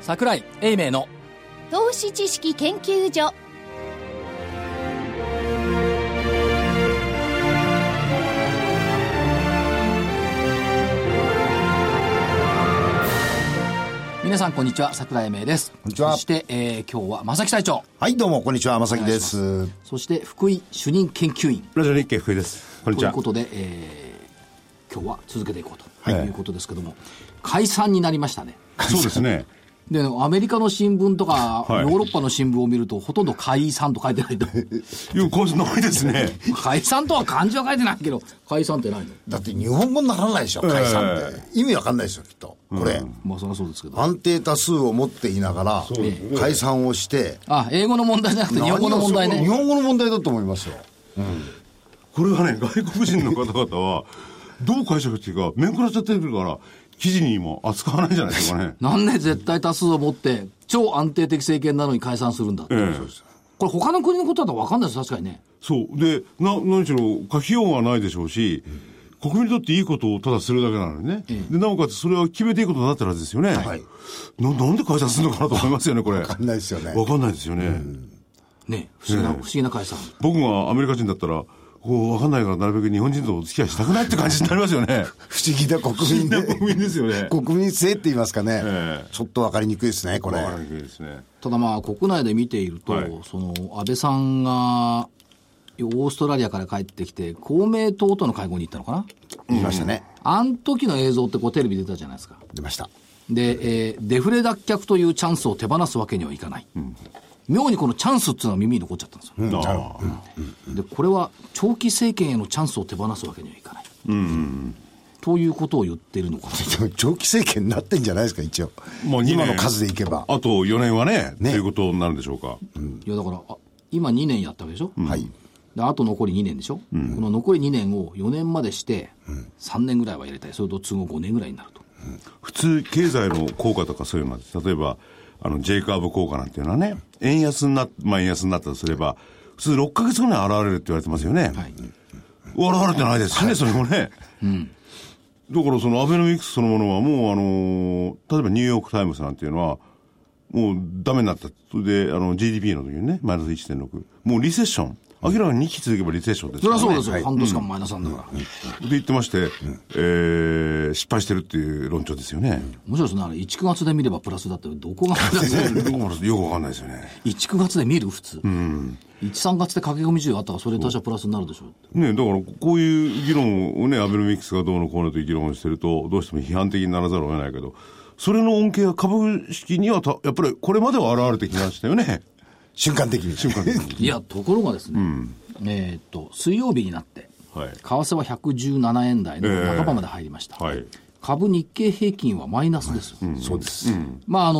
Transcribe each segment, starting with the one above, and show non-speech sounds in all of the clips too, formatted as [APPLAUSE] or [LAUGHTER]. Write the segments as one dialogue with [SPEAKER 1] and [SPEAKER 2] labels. [SPEAKER 1] 桜井英明の
[SPEAKER 2] 投資知識研究所
[SPEAKER 1] 皆さんこんにちは桜井英明です
[SPEAKER 3] こんにちは
[SPEAKER 1] そして、えー今日は正木隊長
[SPEAKER 3] はい、どうも、こんにちは、まさきです。
[SPEAKER 1] そして福井主任研究員
[SPEAKER 4] ラジオ日経福井です。こんに
[SPEAKER 1] と
[SPEAKER 4] ち
[SPEAKER 1] いう
[SPEAKER 4] は。
[SPEAKER 1] ことで、えー今日は続けていこうということですけども、解散になりましたね
[SPEAKER 4] そうですね。
[SPEAKER 1] でアメリカの新聞とか、
[SPEAKER 4] はい
[SPEAKER 1] ヨーロッパの新聞を見るとほとんど解散と書いてないと
[SPEAKER 4] いう構図ないですね。
[SPEAKER 1] 解散とは漢字は書いてないけど解散ってないの
[SPEAKER 3] だって日本語にならないでしょ、解散って。意味わかんないですよ、きっと。これ。
[SPEAKER 1] まあそりゃそうですけど
[SPEAKER 3] 安定多数を持っていながら、解散をして、
[SPEAKER 1] あ英語の問題じゃなくて日本語の問題
[SPEAKER 3] 何をそ
[SPEAKER 1] ね。
[SPEAKER 3] こ日本語の問題だと思いますよ。
[SPEAKER 4] [LAUGHS] これはね、外国人の方々は、どう解釈していいか、面食らっちゃってるから、記事にも扱わないんじゃないですか [LAUGHS] ね
[SPEAKER 1] なんで絶対多数を持って超安定的政権なのに解散するんだって、
[SPEAKER 4] ええ。
[SPEAKER 1] これ他の国のことだと分かんないです確かにね
[SPEAKER 4] そう。で、な、何しろ、書きようがないでしょうし、国民にとっていいことをただするだけなのにね。で、なおかつそれは決めていいことになってるはずですよね。
[SPEAKER 3] はい
[SPEAKER 4] な、なんで解散するのかなと思いますよね、これ。わ
[SPEAKER 3] かんないですよね
[SPEAKER 4] わかんないですよね。
[SPEAKER 1] ね不思議な、不思議な解散
[SPEAKER 4] 僕がアメリカ人だったら、こう、わかんないからなるべく日本人とお付き合いしたくないって感じになりますよね。
[SPEAKER 3] 不思議な国民
[SPEAKER 4] みん
[SPEAKER 3] で
[SPEAKER 4] な。国民ですよね。
[SPEAKER 3] [LAUGHS] 国民性って言いますかね
[SPEAKER 4] え。
[SPEAKER 3] ちょっとわかりにくいですね、これ。
[SPEAKER 4] わかりにくいですね。
[SPEAKER 1] ただまあ国内で見ていると、
[SPEAKER 4] はい
[SPEAKER 1] その安倍さんがオーストラリアから帰ってきて公明党との会合に行ったのかな
[SPEAKER 3] 言いましたね。
[SPEAKER 1] あん時の映像ってこうテレビ出たじゃないですか
[SPEAKER 3] 出ました。
[SPEAKER 1] で、えーデフレ脱却というチャンスを手放すわけにはいかない、妙にこのチャンスっていうのは耳に残っちゃったんですよ、
[SPEAKER 4] なあ
[SPEAKER 1] でこれは長期政権へのチャンスを手放すわけにはいかない、ということを言ってるのかな
[SPEAKER 3] でも [LAUGHS] 長期政権になってんじゃないですか、一応。
[SPEAKER 4] もう二年
[SPEAKER 3] 今の数でいけば。
[SPEAKER 4] あと4年はね、
[SPEAKER 3] ね
[SPEAKER 4] ということになるんでしょうか。
[SPEAKER 1] いやだからあ今2年やったわけでしょ、
[SPEAKER 3] はい。
[SPEAKER 1] であと残り2年でしょ、この残り2年を4年までして、3年ぐらいは入れたいそれと都合5年ぐらいになると、
[SPEAKER 4] 普通、経済の効果とかそういうのは、例えば、あの、J カーブ効果なんていうのはね、円安になっ、まあ、円安になったとすれば、普通6ヶ月後に現れるって言われてますよね。
[SPEAKER 1] はい
[SPEAKER 4] 現れてないですしね、それもね。だからそのアベノミクスそのものはもうあのー例えばニューヨークタイムズなんていうのは、もうダメになった。それで、あの、GDP の時にね、マイナス1.6。もうリセッション。明らかに2期続けばリセッションです
[SPEAKER 1] そ
[SPEAKER 4] か
[SPEAKER 1] れ
[SPEAKER 4] ら
[SPEAKER 1] は
[SPEAKER 4] ね、
[SPEAKER 1] そうですよ、
[SPEAKER 3] はい
[SPEAKER 1] 半年間マイナスなんだから、
[SPEAKER 4] で言ってまして、えー失敗してるっていう論調ですよね。
[SPEAKER 1] 面白いですねあれ1月で見ればプラスだってどこがプラス
[SPEAKER 4] [LAUGHS] どこもよくわかんないですよね。
[SPEAKER 1] 1月で見る普通、13月で駆け込み需要あったらそれ多少プラスになるでしょう
[SPEAKER 4] ねだからこういう議論をね、アベノミクスがどうのこうのという議論をしてると、どうしても批判的にならざるを得ないけど、それの恩恵が株式にはた、やっぱりこれまでは現れてきましたよね。
[SPEAKER 3] 瞬間的に。
[SPEAKER 4] 瞬間的に。
[SPEAKER 1] いやところがですね、えーっと水曜日になって、
[SPEAKER 4] はい
[SPEAKER 1] 為替は117円台の半ばまで入りました、
[SPEAKER 4] はい。
[SPEAKER 1] 株日経平均はマイナスですよ、
[SPEAKER 3] [LAUGHS] そうです。
[SPEAKER 1] まああの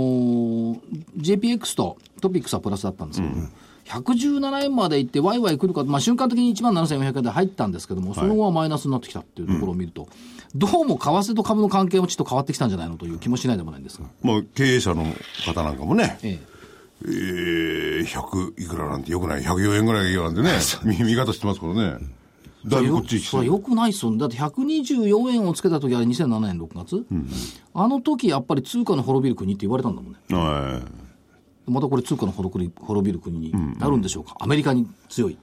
[SPEAKER 1] ー JPX とトピックスはプラスだったんですけど、117円まで行って、ワイワイ来るか、まあ、瞬間的に1万7400円で入ったんですけども、その後はマイナスになってきたっていうところを見ると、どうも為替と株の関係もちょっと変わってきたんじゃないのという気もしないでもないんですが、
[SPEAKER 4] まあ、経営者の方なんかもね、
[SPEAKER 1] ええ
[SPEAKER 4] えー、100いくらなんてよくない、104円ぐらいがいいよなんてね、 [LAUGHS] 見見方してますからね。だいぶこっち来
[SPEAKER 1] そ
[SPEAKER 4] て
[SPEAKER 1] れ
[SPEAKER 4] る
[SPEAKER 1] よくないっすよねだって124円をつけた時あれ2007年6月、あの時やっぱり通貨の滅びる国って言われたんだもんね
[SPEAKER 4] は
[SPEAKER 1] またこれ通貨の滅びる滅びる国になるんでしょうか、アメリカに強 [LAUGHS] い
[SPEAKER 4] い。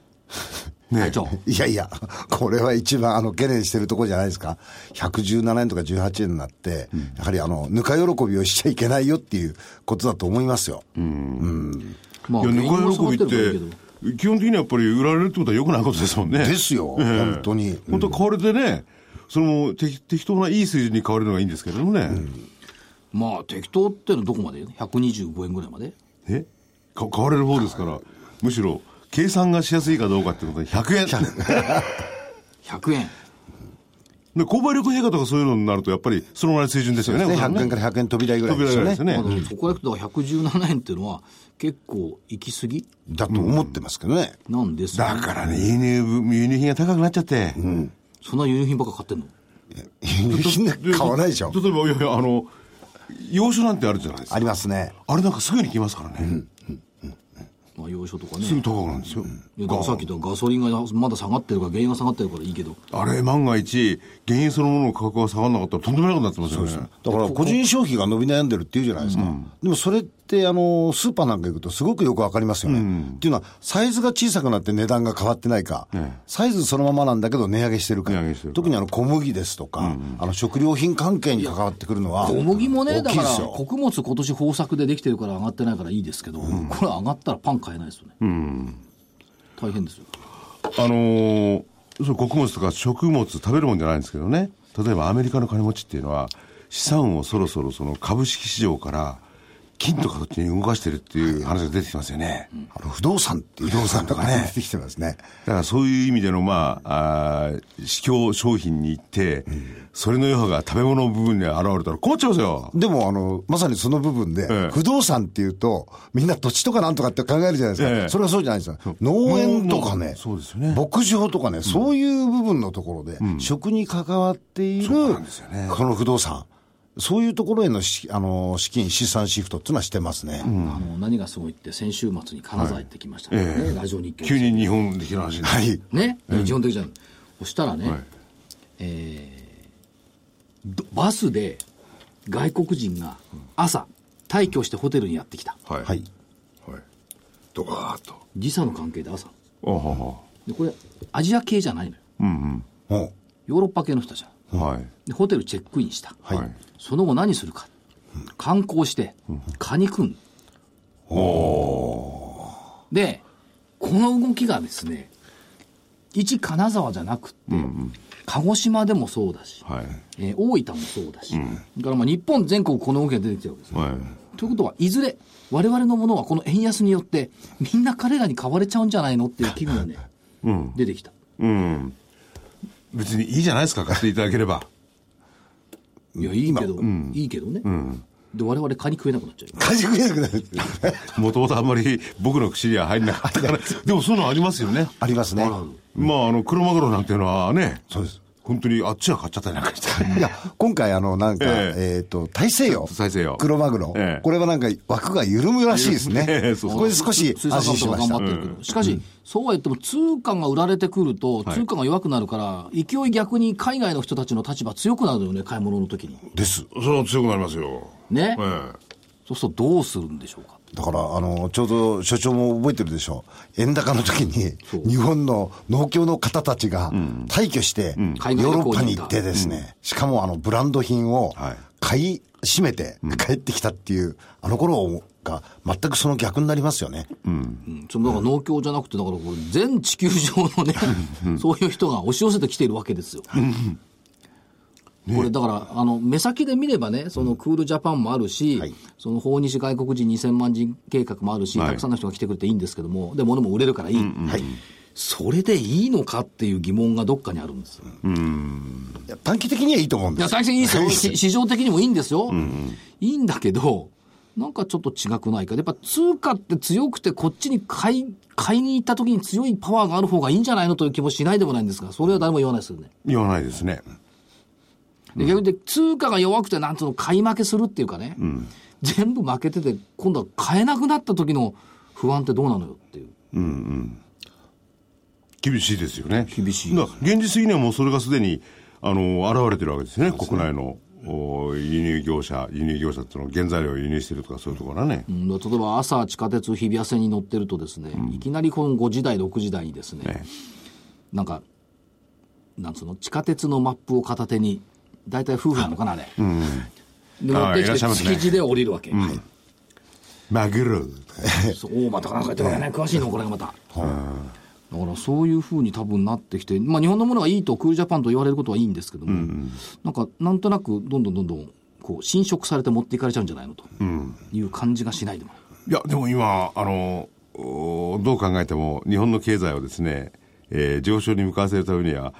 [SPEAKER 4] ね
[SPEAKER 1] 会長
[SPEAKER 3] いやいや、これは一番あの懸念してるところじゃないですか。117円とか18円になって、やはりあの、ぬか喜びをしちゃいけないよっていうことだと思いますよ。
[SPEAKER 1] ま
[SPEAKER 4] いや、ぬ
[SPEAKER 1] 原油は下が
[SPEAKER 4] か喜びっ
[SPEAKER 1] るからいいけど
[SPEAKER 4] て、基本的にはやっぱり売られるってことはよくないことですもんね。
[SPEAKER 3] ですよ、本当に。
[SPEAKER 4] 本当は買われてね、その適適当ないい水準に買われるのがいいんですけれどもね。
[SPEAKER 1] まあ適当ってのはどこまで ?125 円ぐらいまで
[SPEAKER 4] えか買われる方ですから、むしろ計算がしやすいかどうかってことで100円。
[SPEAKER 1] 100円
[SPEAKER 4] [LAUGHS] で購買力平価とかそういうのになると、やっぱりそのぐらいの水準ですよね。
[SPEAKER 3] ね、
[SPEAKER 4] これも
[SPEAKER 3] 100
[SPEAKER 4] ね
[SPEAKER 3] 円から100円飛び台ぐらいで
[SPEAKER 4] 扉
[SPEAKER 3] す
[SPEAKER 4] ぐら
[SPEAKER 3] よ
[SPEAKER 4] いです。よ
[SPEAKER 3] ね
[SPEAKER 1] まあ。
[SPEAKER 4] ね
[SPEAKER 1] でもそこからいくと117円っていうのは結構行き過ぎ
[SPEAKER 3] だと思ってますけどね。
[SPEAKER 1] なんですよ
[SPEAKER 4] だからね、輸入分、輸入品が高くなっちゃって。
[SPEAKER 1] そんな輸入品ばっか買ってんの
[SPEAKER 3] みんな買わないでしょ。
[SPEAKER 4] 例えば、いやいや、あの、洋書なんてあるじゃないです
[SPEAKER 3] あ
[SPEAKER 4] か。
[SPEAKER 3] りますね。
[SPEAKER 4] あれなんかすぐに来ますからね。
[SPEAKER 1] まあ、要所とかね。
[SPEAKER 4] すぐ高くなるんですよ。
[SPEAKER 1] いやだからさっき言ったガソリンがまだ下がってるから、原油が下がってるからいいけど、
[SPEAKER 4] あれ、万が一、原油そのものの価格が下がらなかったらとんでもないことになってますよね。
[SPEAKER 5] だから個人消費が伸び悩んでるっていうじゃないですか、でもそれってあの、スーパーなんか行くと、すごくよくわかりますよね、っていうのは、サイズが小さくなって値段が変わってないか、サイズそのままなんだけど値上げしてるか、
[SPEAKER 4] 値上げしてるか
[SPEAKER 5] 特にあの小麦ですとか、あの食料品関係に関わってくるのは、
[SPEAKER 1] 小麦もね、
[SPEAKER 5] 大
[SPEAKER 1] だ
[SPEAKER 5] きい
[SPEAKER 1] か
[SPEAKER 5] で
[SPEAKER 1] ら
[SPEAKER 5] すよ。
[SPEAKER 1] 穀物、今年豊作でできてるから上がってないからいいですけど、これ上がったらパン買えないですよね、大変ですよ、
[SPEAKER 4] あのーそう穀物とか食物食べるもんじゃないんですけどね例えばアメリカの金持ちっていうのは資産をそろそろその株式市場から金とかそっちに動かしてるっていう話が出てきますよね、
[SPEAKER 5] あの不動産っていう不動産とかね、出てきてますね。
[SPEAKER 4] だからそういう意味でのまああー市況商品に行って、それの余波が食べ物の部分に現れたら困っちゃいますよ
[SPEAKER 5] でも、あの、まさにその部分で、
[SPEAKER 4] ええ
[SPEAKER 5] 不動産っていうと、みんな土地とかなんとかって考えるじゃないですか。
[SPEAKER 4] ええ
[SPEAKER 5] それはそうじゃないですよ。農園とかね、
[SPEAKER 4] そうですよね
[SPEAKER 5] 牧場とかね、そういう部分のところで、食に関わっている、
[SPEAKER 4] そうなんですよね
[SPEAKER 5] この不動産。そういうところへのしあの資金、資産シフトっていうのはしてますね。
[SPEAKER 1] あの何がすごいって、先週末に金沢行ってきましたね、ねラジオ日経
[SPEAKER 4] 急に日本的な話になる
[SPEAKER 5] はい。
[SPEAKER 1] ね、基本的じゃん、そしたらね、えーどバスで外国人が朝、退去してホテルにやってきた、
[SPEAKER 4] はい
[SPEAKER 5] はい。
[SPEAKER 4] はいドカーッと
[SPEAKER 1] 時差の関係で朝、
[SPEAKER 4] あはは
[SPEAKER 1] でこれ、アジア系じゃないのよ、
[SPEAKER 4] うん
[SPEAKER 5] も
[SPEAKER 1] ヨーロッパ系の人たちなの
[SPEAKER 4] うんはい
[SPEAKER 1] でホテルチェックインした、
[SPEAKER 4] はい、
[SPEAKER 1] その後何するか、観光して、カニ食うん。で、この動きがですね、一金沢じゃなくって、鹿児島でもそうだし、
[SPEAKER 4] はい
[SPEAKER 1] えー大分もそうだし、だからまあ日本全国この動きが出てきてるわけですよ。
[SPEAKER 4] はい
[SPEAKER 1] ということは、いずれ、我々のものはこの円安によって、みんな彼らに買われちゃうんじゃないのっていう危惧が
[SPEAKER 5] [LAUGHS]
[SPEAKER 1] ね、出てきた。
[SPEAKER 4] うん。別にいいじゃないですか、買っていただけれ [LAUGHS] ば。
[SPEAKER 1] いや、いいけど、いいけどね。で、我々カニ食えなくなっちゃうよ
[SPEAKER 5] う、家事食えなくなるっていう
[SPEAKER 4] もともとあんまり僕の口には入んなかったから。でもそう [LAUGHS] いうのありますよね。
[SPEAKER 5] ありますね。
[SPEAKER 4] まあ、あの、クロマグロなんていうのはね、
[SPEAKER 5] そうです。
[SPEAKER 4] 本当にあっちは買っちゃったりなんかして。 [LAUGHS]
[SPEAKER 5] いや、今回、あの、なんか、
[SPEAKER 4] え
[SPEAKER 5] えっ、と、大西洋。
[SPEAKER 4] 大西洋
[SPEAKER 5] クロマグロ、
[SPEAKER 4] ええ
[SPEAKER 5] これはなんか、枠が緩むらしいですね。
[SPEAKER 4] 緩むええ [LAUGHS] そうそう
[SPEAKER 5] これで少し
[SPEAKER 1] 水産関
[SPEAKER 5] 安心
[SPEAKER 1] 係
[SPEAKER 5] し
[SPEAKER 1] は
[SPEAKER 5] ま
[SPEAKER 1] 頑張
[SPEAKER 5] した
[SPEAKER 1] っ。てるけど、しかし、そうは言っても、通貨が売られてくると、通貨が弱くなるから、勢い逆に海外の人たちの立場強くなるのよね、買い物の時に。
[SPEAKER 5] です。
[SPEAKER 4] それは強くなりますよ。
[SPEAKER 1] ね
[SPEAKER 4] ええ
[SPEAKER 1] そうするとどうするんでしょうか。
[SPEAKER 5] だから、あの、ちょうど所長も覚えてるでしょう。円高の時に、日本の農協の方たちが退去して、ヨ
[SPEAKER 1] 海外
[SPEAKER 5] ー
[SPEAKER 1] 旅行に行った
[SPEAKER 5] ロッパに行ってですね、しかもあの、ブランド品を
[SPEAKER 4] はい
[SPEAKER 5] 買い占めて帰ってきたっていう、あの頃が全くその逆になりますよね。
[SPEAKER 1] うん、そのだから農協じゃなくて、だからこれ、全地球上のね、 [LAUGHS] そういう人が押し寄せてきているわけですよ。これだから、あの、目先で見ればね、そのクールジャパンもあるし、
[SPEAKER 5] はい
[SPEAKER 1] その訪日外国人2000万人計画もあるし、
[SPEAKER 4] はい
[SPEAKER 1] たくさんの人が来てくれていいんですけども、で、物も売れるからいい。
[SPEAKER 5] はい。
[SPEAKER 1] それでいいのかっていう疑問がどっかにあるんですよ。
[SPEAKER 5] いや短期的にはいいと思うん
[SPEAKER 1] い
[SPEAKER 5] で
[SPEAKER 1] や、
[SPEAKER 5] す。
[SPEAKER 1] 最 [LAUGHS] 近いいですよ。
[SPEAKER 5] [LAUGHS]
[SPEAKER 1] し市場的にもいいんですよ。いいんだけど、なんかちょっと違くないか。やっぱ通貨って強くて、こっちに買い、買いに行った時に強いパワーがある方がいいんじゃないのという気もしないでもないんですが、それは誰も言わないですよね。
[SPEAKER 4] 言わないですね。
[SPEAKER 1] で逆に言って通貨が弱くて、なんつうの、買い負けするっていうかね、全部負けてて、今度は買えなくなった時の不安ってどうなのよっていう。
[SPEAKER 4] 厳しいですよね。
[SPEAKER 1] 厳しい
[SPEAKER 4] だから現実的にはもうそれがすでに、あの、現れてるわけですね。国内の、お輸入業者、輸入業者っていうのは原材料を輸入してるとかそういうところはね。
[SPEAKER 1] うん例えば朝、地下鉄日比谷線に乗ってるとですね、いきなりこの5時台、6時台にですね、
[SPEAKER 4] え
[SPEAKER 1] なんか、なんつうの、地下鉄のマップを片手に、大体夫婦なのかな、あれ。で、持っ
[SPEAKER 4] ああ
[SPEAKER 1] てき
[SPEAKER 4] いらってしゃいますね
[SPEAKER 1] 築地で降りるわけ。
[SPEAKER 4] マグロ。
[SPEAKER 1] そう、大間とかなんか言ってるからね、詳しいの、これがまた。だからそういうふうに多分なってきて、まあ、日本のものがいいと、クールジャパンと言われることはいいんですけども、なんか、なんとなく、どんどんどんどん、こう、侵食されて持っていかれちゃうんじゃないのという感じがしないでもない。
[SPEAKER 4] いや、でも今、あの、おどう考えても、日本の経済をですね、えー上昇に向かわせるためには、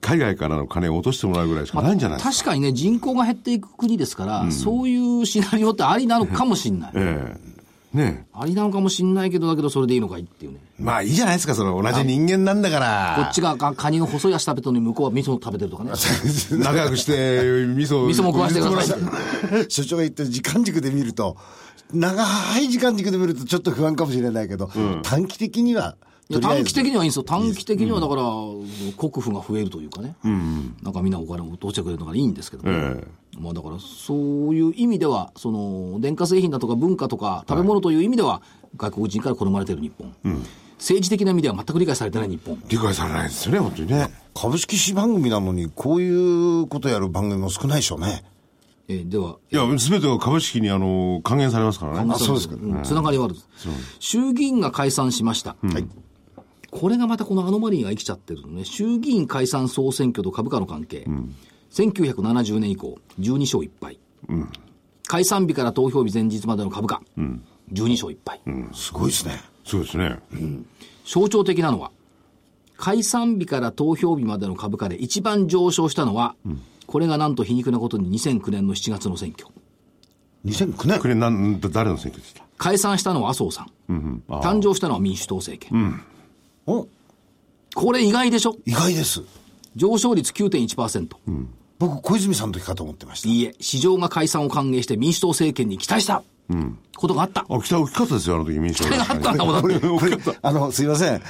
[SPEAKER 4] 海外からの金を落としてもらうぐらいしかないんじゃないですか。
[SPEAKER 1] 確かにね、
[SPEAKER 4] [LAUGHS]
[SPEAKER 1] 人口が減っていく国ですから、そういうシナリオってありなのかもしれない。
[SPEAKER 4] ええね
[SPEAKER 1] ありなのかもしんないけど、だけどそれでいいのかいっていうね。
[SPEAKER 6] まあいいじゃないですか、その同じ人間なんだから。
[SPEAKER 1] こっちががカニを細い足食べてるのに向こうは味噌を食べてると
[SPEAKER 4] [LAUGHS]
[SPEAKER 1] かね。
[SPEAKER 6] [LAUGHS] 長くして、味噌。
[SPEAKER 1] 味噌も食わしてくださいって。
[SPEAKER 5] 所長が言ってる時間軸で見ると、長い時間軸で見るとちょっと不安かもしれないけど、短期的には、
[SPEAKER 1] いや
[SPEAKER 5] とりあえ
[SPEAKER 1] 短
[SPEAKER 5] ず
[SPEAKER 1] 期的にはいいんですよ。短期的にはだから、国府が増えるというかね。なんかみんなお金を到着くれるのがいいんですけども、
[SPEAKER 4] え
[SPEAKER 1] まあだからそういう意味では、その、電化製品だとか文化とか食べ物という意味では、外国人から好まれている日本、政治的な意味では全く理解されてない日本。
[SPEAKER 4] 理解されないですよね、本当にね。
[SPEAKER 5] 株式誌番組なのに、こういうことやる番組も少ないでしょうね。
[SPEAKER 1] えーでは、
[SPEAKER 4] いや、すべてが株式に、あの、還元されますからね。
[SPEAKER 1] あそうですか、うんつながりはあるんです衆議院が解散しました、これがまたこのアノマリーが生きちゃってるのね、衆議院解散・総選挙と株価の関係、1970年以降、12勝1敗、解散日から投票日前日までの株価、12勝1敗、
[SPEAKER 5] すごいですね。
[SPEAKER 4] そうですね。
[SPEAKER 1] 象徴的なのは、解散日から投票日までの株価で一番上昇したのは、これがなんと皮肉なことに2009年の7月の選挙、
[SPEAKER 5] 2009年。
[SPEAKER 4] これ、なん、だ誰の選挙ですか
[SPEAKER 1] 解散したのは麻生さん、
[SPEAKER 4] うんうん。あ
[SPEAKER 1] 誕生したのは民主党政権、
[SPEAKER 5] お
[SPEAKER 1] これ意外でしょ
[SPEAKER 5] 意外です。
[SPEAKER 1] 上昇率9.1%、
[SPEAKER 5] 僕、小泉さんの時かと思ってました。
[SPEAKER 1] いいえ、市場が解散を歓迎して民主党政権に期待した、ことがあった。
[SPEAKER 4] あ、北大きかったですよ、あの時民主党。
[SPEAKER 1] これがあったんだもんだって
[SPEAKER 4] 大きかっ
[SPEAKER 5] あの、すいません。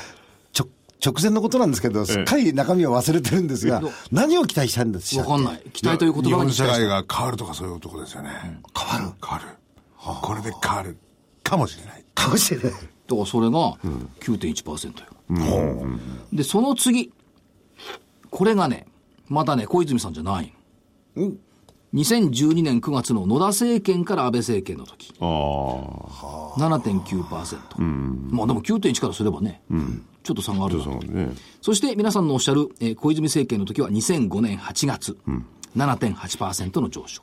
[SPEAKER 5] ちょ、直前のことなんですけど、すっかり中身を忘れてるんですが、何を期待したんです
[SPEAKER 1] わ
[SPEAKER 5] か
[SPEAKER 1] かんない。期待という言
[SPEAKER 6] 日
[SPEAKER 1] 葉に
[SPEAKER 6] 本
[SPEAKER 1] 期
[SPEAKER 6] 社
[SPEAKER 1] 待し
[SPEAKER 6] 会
[SPEAKER 1] た。
[SPEAKER 6] が変わるとかそういうとこですよね。変わる変わる。これで変わる。かもしれない。
[SPEAKER 5] かもしれない。
[SPEAKER 1] だからそれが9.1%よ、で、その次。これがね、またね、小泉さんじゃないの。2012年9月の野田政権から安倍政権の時、
[SPEAKER 4] た。ああ。
[SPEAKER 1] 7.9%。まあでも9.1からすればね、ちょっと差があるなと
[SPEAKER 4] そうね。
[SPEAKER 1] そして皆さんのおっしゃる、えー小泉政権の時は2005年8月、7.8%の上昇、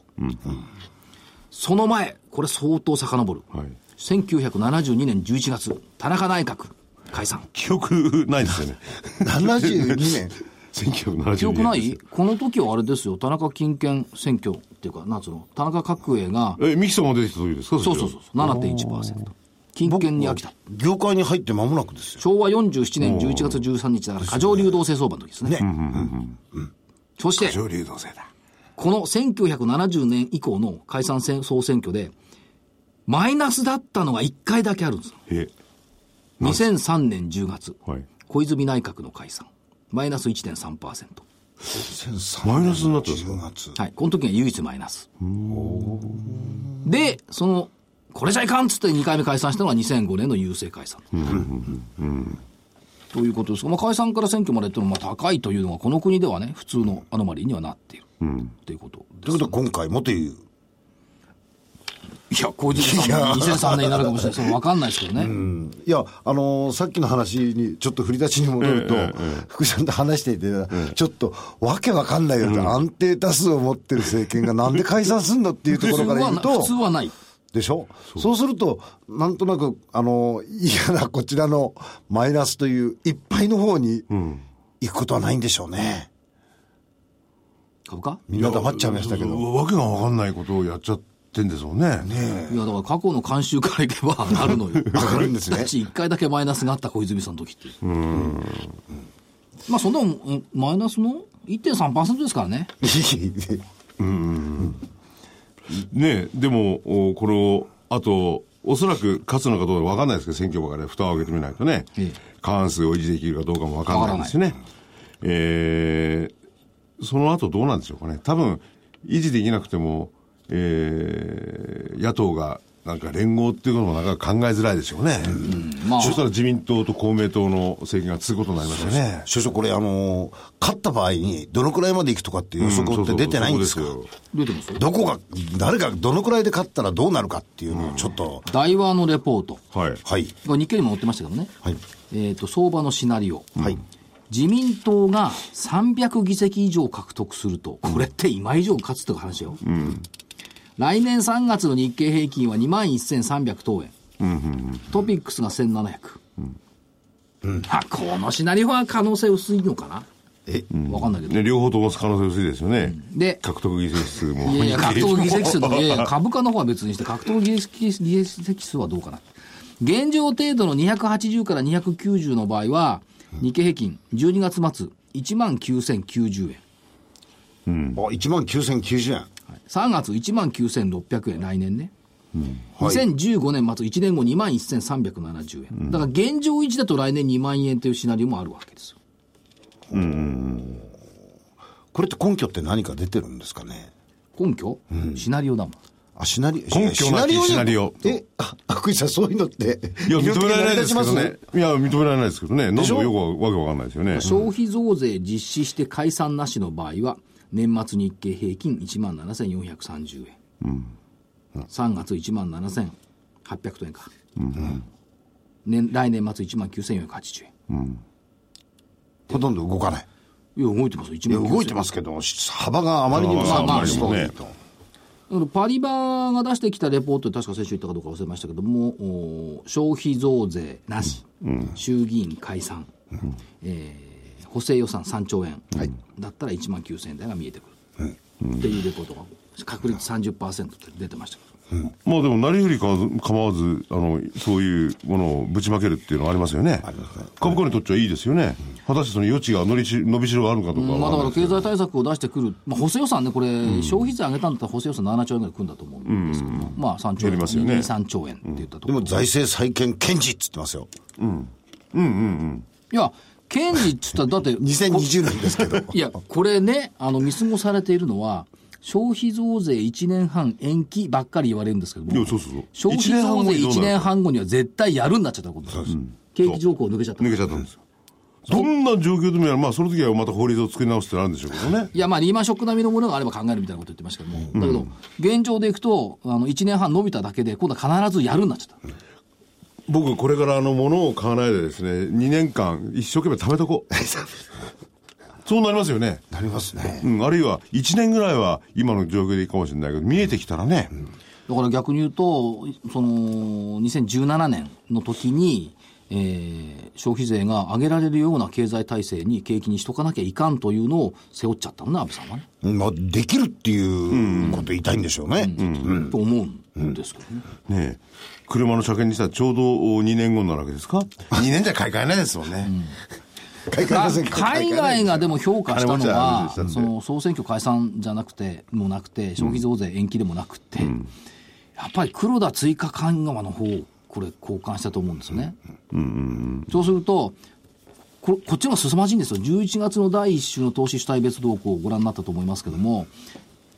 [SPEAKER 1] その前、これ相当遡る、
[SPEAKER 4] はい
[SPEAKER 1] 1972年11月、田中内閣解散、
[SPEAKER 4] 記憶ないですよね。
[SPEAKER 5] 72年。
[SPEAKER 4] [LAUGHS] 1970年。
[SPEAKER 1] 記憶ないこの時はあれですよ、田中金券選挙っていうか、なんつうの、田中角栄が、
[SPEAKER 4] え、ミキさんが出てきた時ですか
[SPEAKER 1] そうそうそうそう、7.1%、金券に飽きた、
[SPEAKER 5] 業界に入って間もなくですよ。
[SPEAKER 1] 昭和47年11月13日だから、過剰流動性相場の時ですね。
[SPEAKER 5] ね
[SPEAKER 1] そして
[SPEAKER 6] 上流動性だ。
[SPEAKER 1] この1970年以降の解散戦総選挙で、マイナスだったのが1回だけあるんですよ。
[SPEAKER 4] う。え、
[SPEAKER 1] 2003年10月、
[SPEAKER 4] はい。
[SPEAKER 1] 小泉内閣の解散、マイナス1.3%。
[SPEAKER 4] マイナスになったんですか
[SPEAKER 5] 10月。
[SPEAKER 1] はい、この時が唯一マイナス。で、その、これじゃいかんっつって2回目解散したのが2005年の郵政解散。ということですが、まあ、解散から選挙までっていうのはまあ高いというのが、この国ではね、普通のアノマリーにはなっている。ということ
[SPEAKER 5] ということは今回もという。
[SPEAKER 1] いや、小泉さんも2003年になるかもしれない。それ分かんないですけどね。
[SPEAKER 5] いや、あのーさっきの話に、ちょっと振り出しに戻ると、福さんと話していて、ちょっと、わけわかんないよって、安定多数を持ってる政権がなんで解散すんのっていうと
[SPEAKER 1] 普
[SPEAKER 5] こ
[SPEAKER 1] 通
[SPEAKER 5] ろから
[SPEAKER 1] はな、
[SPEAKER 5] 言うと
[SPEAKER 1] 普、通はない。
[SPEAKER 5] でしょそうすると、なんとなく、あのー嫌なこちらのマイナスという、いっぱいの方に行くことはないんでしょうね。
[SPEAKER 1] 株価
[SPEAKER 5] みんな黙っちゃいましたけど。
[SPEAKER 6] わわけがわかんないことをやっちゃってんですもんね。
[SPEAKER 5] [LAUGHS]
[SPEAKER 1] いや、だから過去の慣習からいけばなるのよ。
[SPEAKER 5] わかるんですね
[SPEAKER 1] だち一回だけマイナスがあった小泉さんの時って。まあ、そんなもんうんマイナスの1.3%ですからね。
[SPEAKER 4] ねでも、おこれを、あと、おそらく勝つのかどうかわかんないですけど、選挙ばかりで蓋を開けてみないとね
[SPEAKER 1] ええ、
[SPEAKER 4] 過半数を維持できるかどうかもわかんないですよね。えー、その後どうなんでしょうかね。多分、維持できなくても、えー、野党が、なんか連合っていうこともなんか考えづらいでしょうね。
[SPEAKER 1] まあ
[SPEAKER 4] そしたら自民党と公明党の政権がつくことになりますよね。
[SPEAKER 5] 所長、これ、あのー勝った場合に、どのくらいまで行くとかっていう予測って出てないんですか、
[SPEAKER 4] そうそうそうそ
[SPEAKER 1] 出
[SPEAKER 4] う
[SPEAKER 1] てますよ。
[SPEAKER 5] どこが、誰がどのくらいで勝ったらどうなるかっていうのをちょっと、
[SPEAKER 1] 台湾のレポート。
[SPEAKER 4] すよはい。
[SPEAKER 5] はい。
[SPEAKER 1] これ日経にも載ってましたけどね。
[SPEAKER 5] はい。
[SPEAKER 1] えっ、と、相場のシナリオ。
[SPEAKER 5] はい。
[SPEAKER 1] 自民党が300議席以上獲得すると、これって今以上勝つって話よ。来年3月の日経平均は2万1300等円。トピックスが1700。あ、このシナリオは可能性薄いのかなえ、わかんないけど。
[SPEAKER 4] ね、両方とも可能性薄いですよね。
[SPEAKER 1] で
[SPEAKER 4] 獲得議席数も。
[SPEAKER 1] いやいや、格闘技席数の、いやいや、株価の方は別にして、格闘技議席数はどうかな。現状程度の280から290の場合は、日経平均、12月末、1万9090円。
[SPEAKER 3] 1万9090円。
[SPEAKER 1] 3月1万9600円、来年ね。
[SPEAKER 3] はい
[SPEAKER 1] 2015年末、1年後2万1370円。だから現状維持だと来年2万円というシナリオもあるわけですよ。
[SPEAKER 3] これって根拠って何か出てるんですかね。
[SPEAKER 1] 根拠、シナリオだもん。
[SPEAKER 3] あ、シナリオ、
[SPEAKER 4] 根拠なき
[SPEAKER 3] じゃ
[SPEAKER 4] シナリオ
[SPEAKER 3] え、あ、 [LAUGHS] 福井さん、そういうのって。
[SPEAKER 4] いや、認められないですけど
[SPEAKER 3] 成り
[SPEAKER 4] ね
[SPEAKER 3] 立ち。
[SPEAKER 4] いや、認められないですけどね。なん
[SPEAKER 3] しょ
[SPEAKER 4] もよくわわけわかんないですよね。
[SPEAKER 1] 消費増税実施して解散なしの場合は、年末日経平均1万7430円。3月1万7800円か。年来年末1万9480円。
[SPEAKER 3] ますほとんど動かない。
[SPEAKER 1] いや、動いてますよ、1
[SPEAKER 3] いや、
[SPEAKER 1] 万。
[SPEAKER 3] 動いてますすけど、幅があまりにも
[SPEAKER 4] まあまあ
[SPEAKER 3] そう
[SPEAKER 4] まあ
[SPEAKER 3] と
[SPEAKER 1] だからパリバが出してきたレポートで、確か先週言ったかどうか忘れましたけども、お消費増税なし、衆議院解散、えー補正予算3兆円、だったら1万9000円台が見えてくる、っていうレポートが、確率30%って出てましたけど。
[SPEAKER 4] まあでも、なりふりか構わず、あの、そういうものをぶちまけるっていうのはありますよね。株価にとってはいいですよね。果たしてその余地が伸びし伸びしろがあるのかとかは
[SPEAKER 1] まあ、だ
[SPEAKER 4] わ
[SPEAKER 1] か
[SPEAKER 4] ん
[SPEAKER 1] ら
[SPEAKER 4] ないですけ
[SPEAKER 1] 経
[SPEAKER 4] ど。
[SPEAKER 1] 済対策を出してくる、まあ、補正予算ね、これ、消費税上げたんだったら補正予算7兆円ぐらい組んだと思うんですけど、まあ3兆円、
[SPEAKER 4] 減りますよね
[SPEAKER 1] 2、3兆円って言ったとこ
[SPEAKER 3] で
[SPEAKER 1] ろ、
[SPEAKER 3] も財政再建堅持っつってますよ。
[SPEAKER 1] いや、検事っつったら、だ [LAUGHS] って、
[SPEAKER 3] 2020年ですけど。
[SPEAKER 1] いや、これね、あの見過ごされているのは、消費増税1年半延期ばっかり言われるんですけども、
[SPEAKER 4] いやそうそうそう
[SPEAKER 1] 消費増税
[SPEAKER 4] 一
[SPEAKER 1] 1
[SPEAKER 4] 年
[SPEAKER 1] 年
[SPEAKER 4] 半
[SPEAKER 1] 半後には絶対やるんなっちゃったことです、景気条項抜けちゃった。
[SPEAKER 4] 抜けちゃったんですよ。どんな状況でもやる、まあその時はまた法律を作り直すってなるんでしょうけどね。
[SPEAKER 1] いやまあリーマンショック並みのものがあれば考えるみたいなこと言ってましたけども、だけど、現状でいくと、あの1年半伸びただけで、今度は必ずやるんなっちゃった。
[SPEAKER 4] 僕、これからあの、ものを買わないでですね、2年間一生懸命貯めと
[SPEAKER 3] [LAUGHS]
[SPEAKER 4] こう。そうなりますよね。
[SPEAKER 3] なりますね。
[SPEAKER 4] うん、あるいは1年ぐらいは今の状況でいいかもしれないけど、見えてきたらね、
[SPEAKER 1] だから逆に言うと、その2017年の時に、えー消費税が上げられるような経済体制に景気にしとかなきゃいかんというのを背負っちゃったのね、安倍さんはね。
[SPEAKER 3] まあ、できるっていうこと言いたいんでしょうね。
[SPEAKER 1] と思うんですけどね。
[SPEAKER 4] ねえ車の車検にしたらちょうど2年後になるわけですか
[SPEAKER 5] 2年じゃ買い替えないですもんね。
[SPEAKER 3] 海
[SPEAKER 1] まあ
[SPEAKER 3] 外の選挙
[SPEAKER 1] 海外がでも評価したのは、
[SPEAKER 4] 金持ちはあれでした
[SPEAKER 1] そ
[SPEAKER 4] んで
[SPEAKER 1] の総選挙解散じゃなくて、もなくて、消費増税延期でもなくて、やっぱり黒田追加緩和の方をこれ、交換したと思うんですよね。そうすると、ここっちの方が凄まじいんですよ、11月の第1週の投資主体別動向をご覧になったと思いますけども、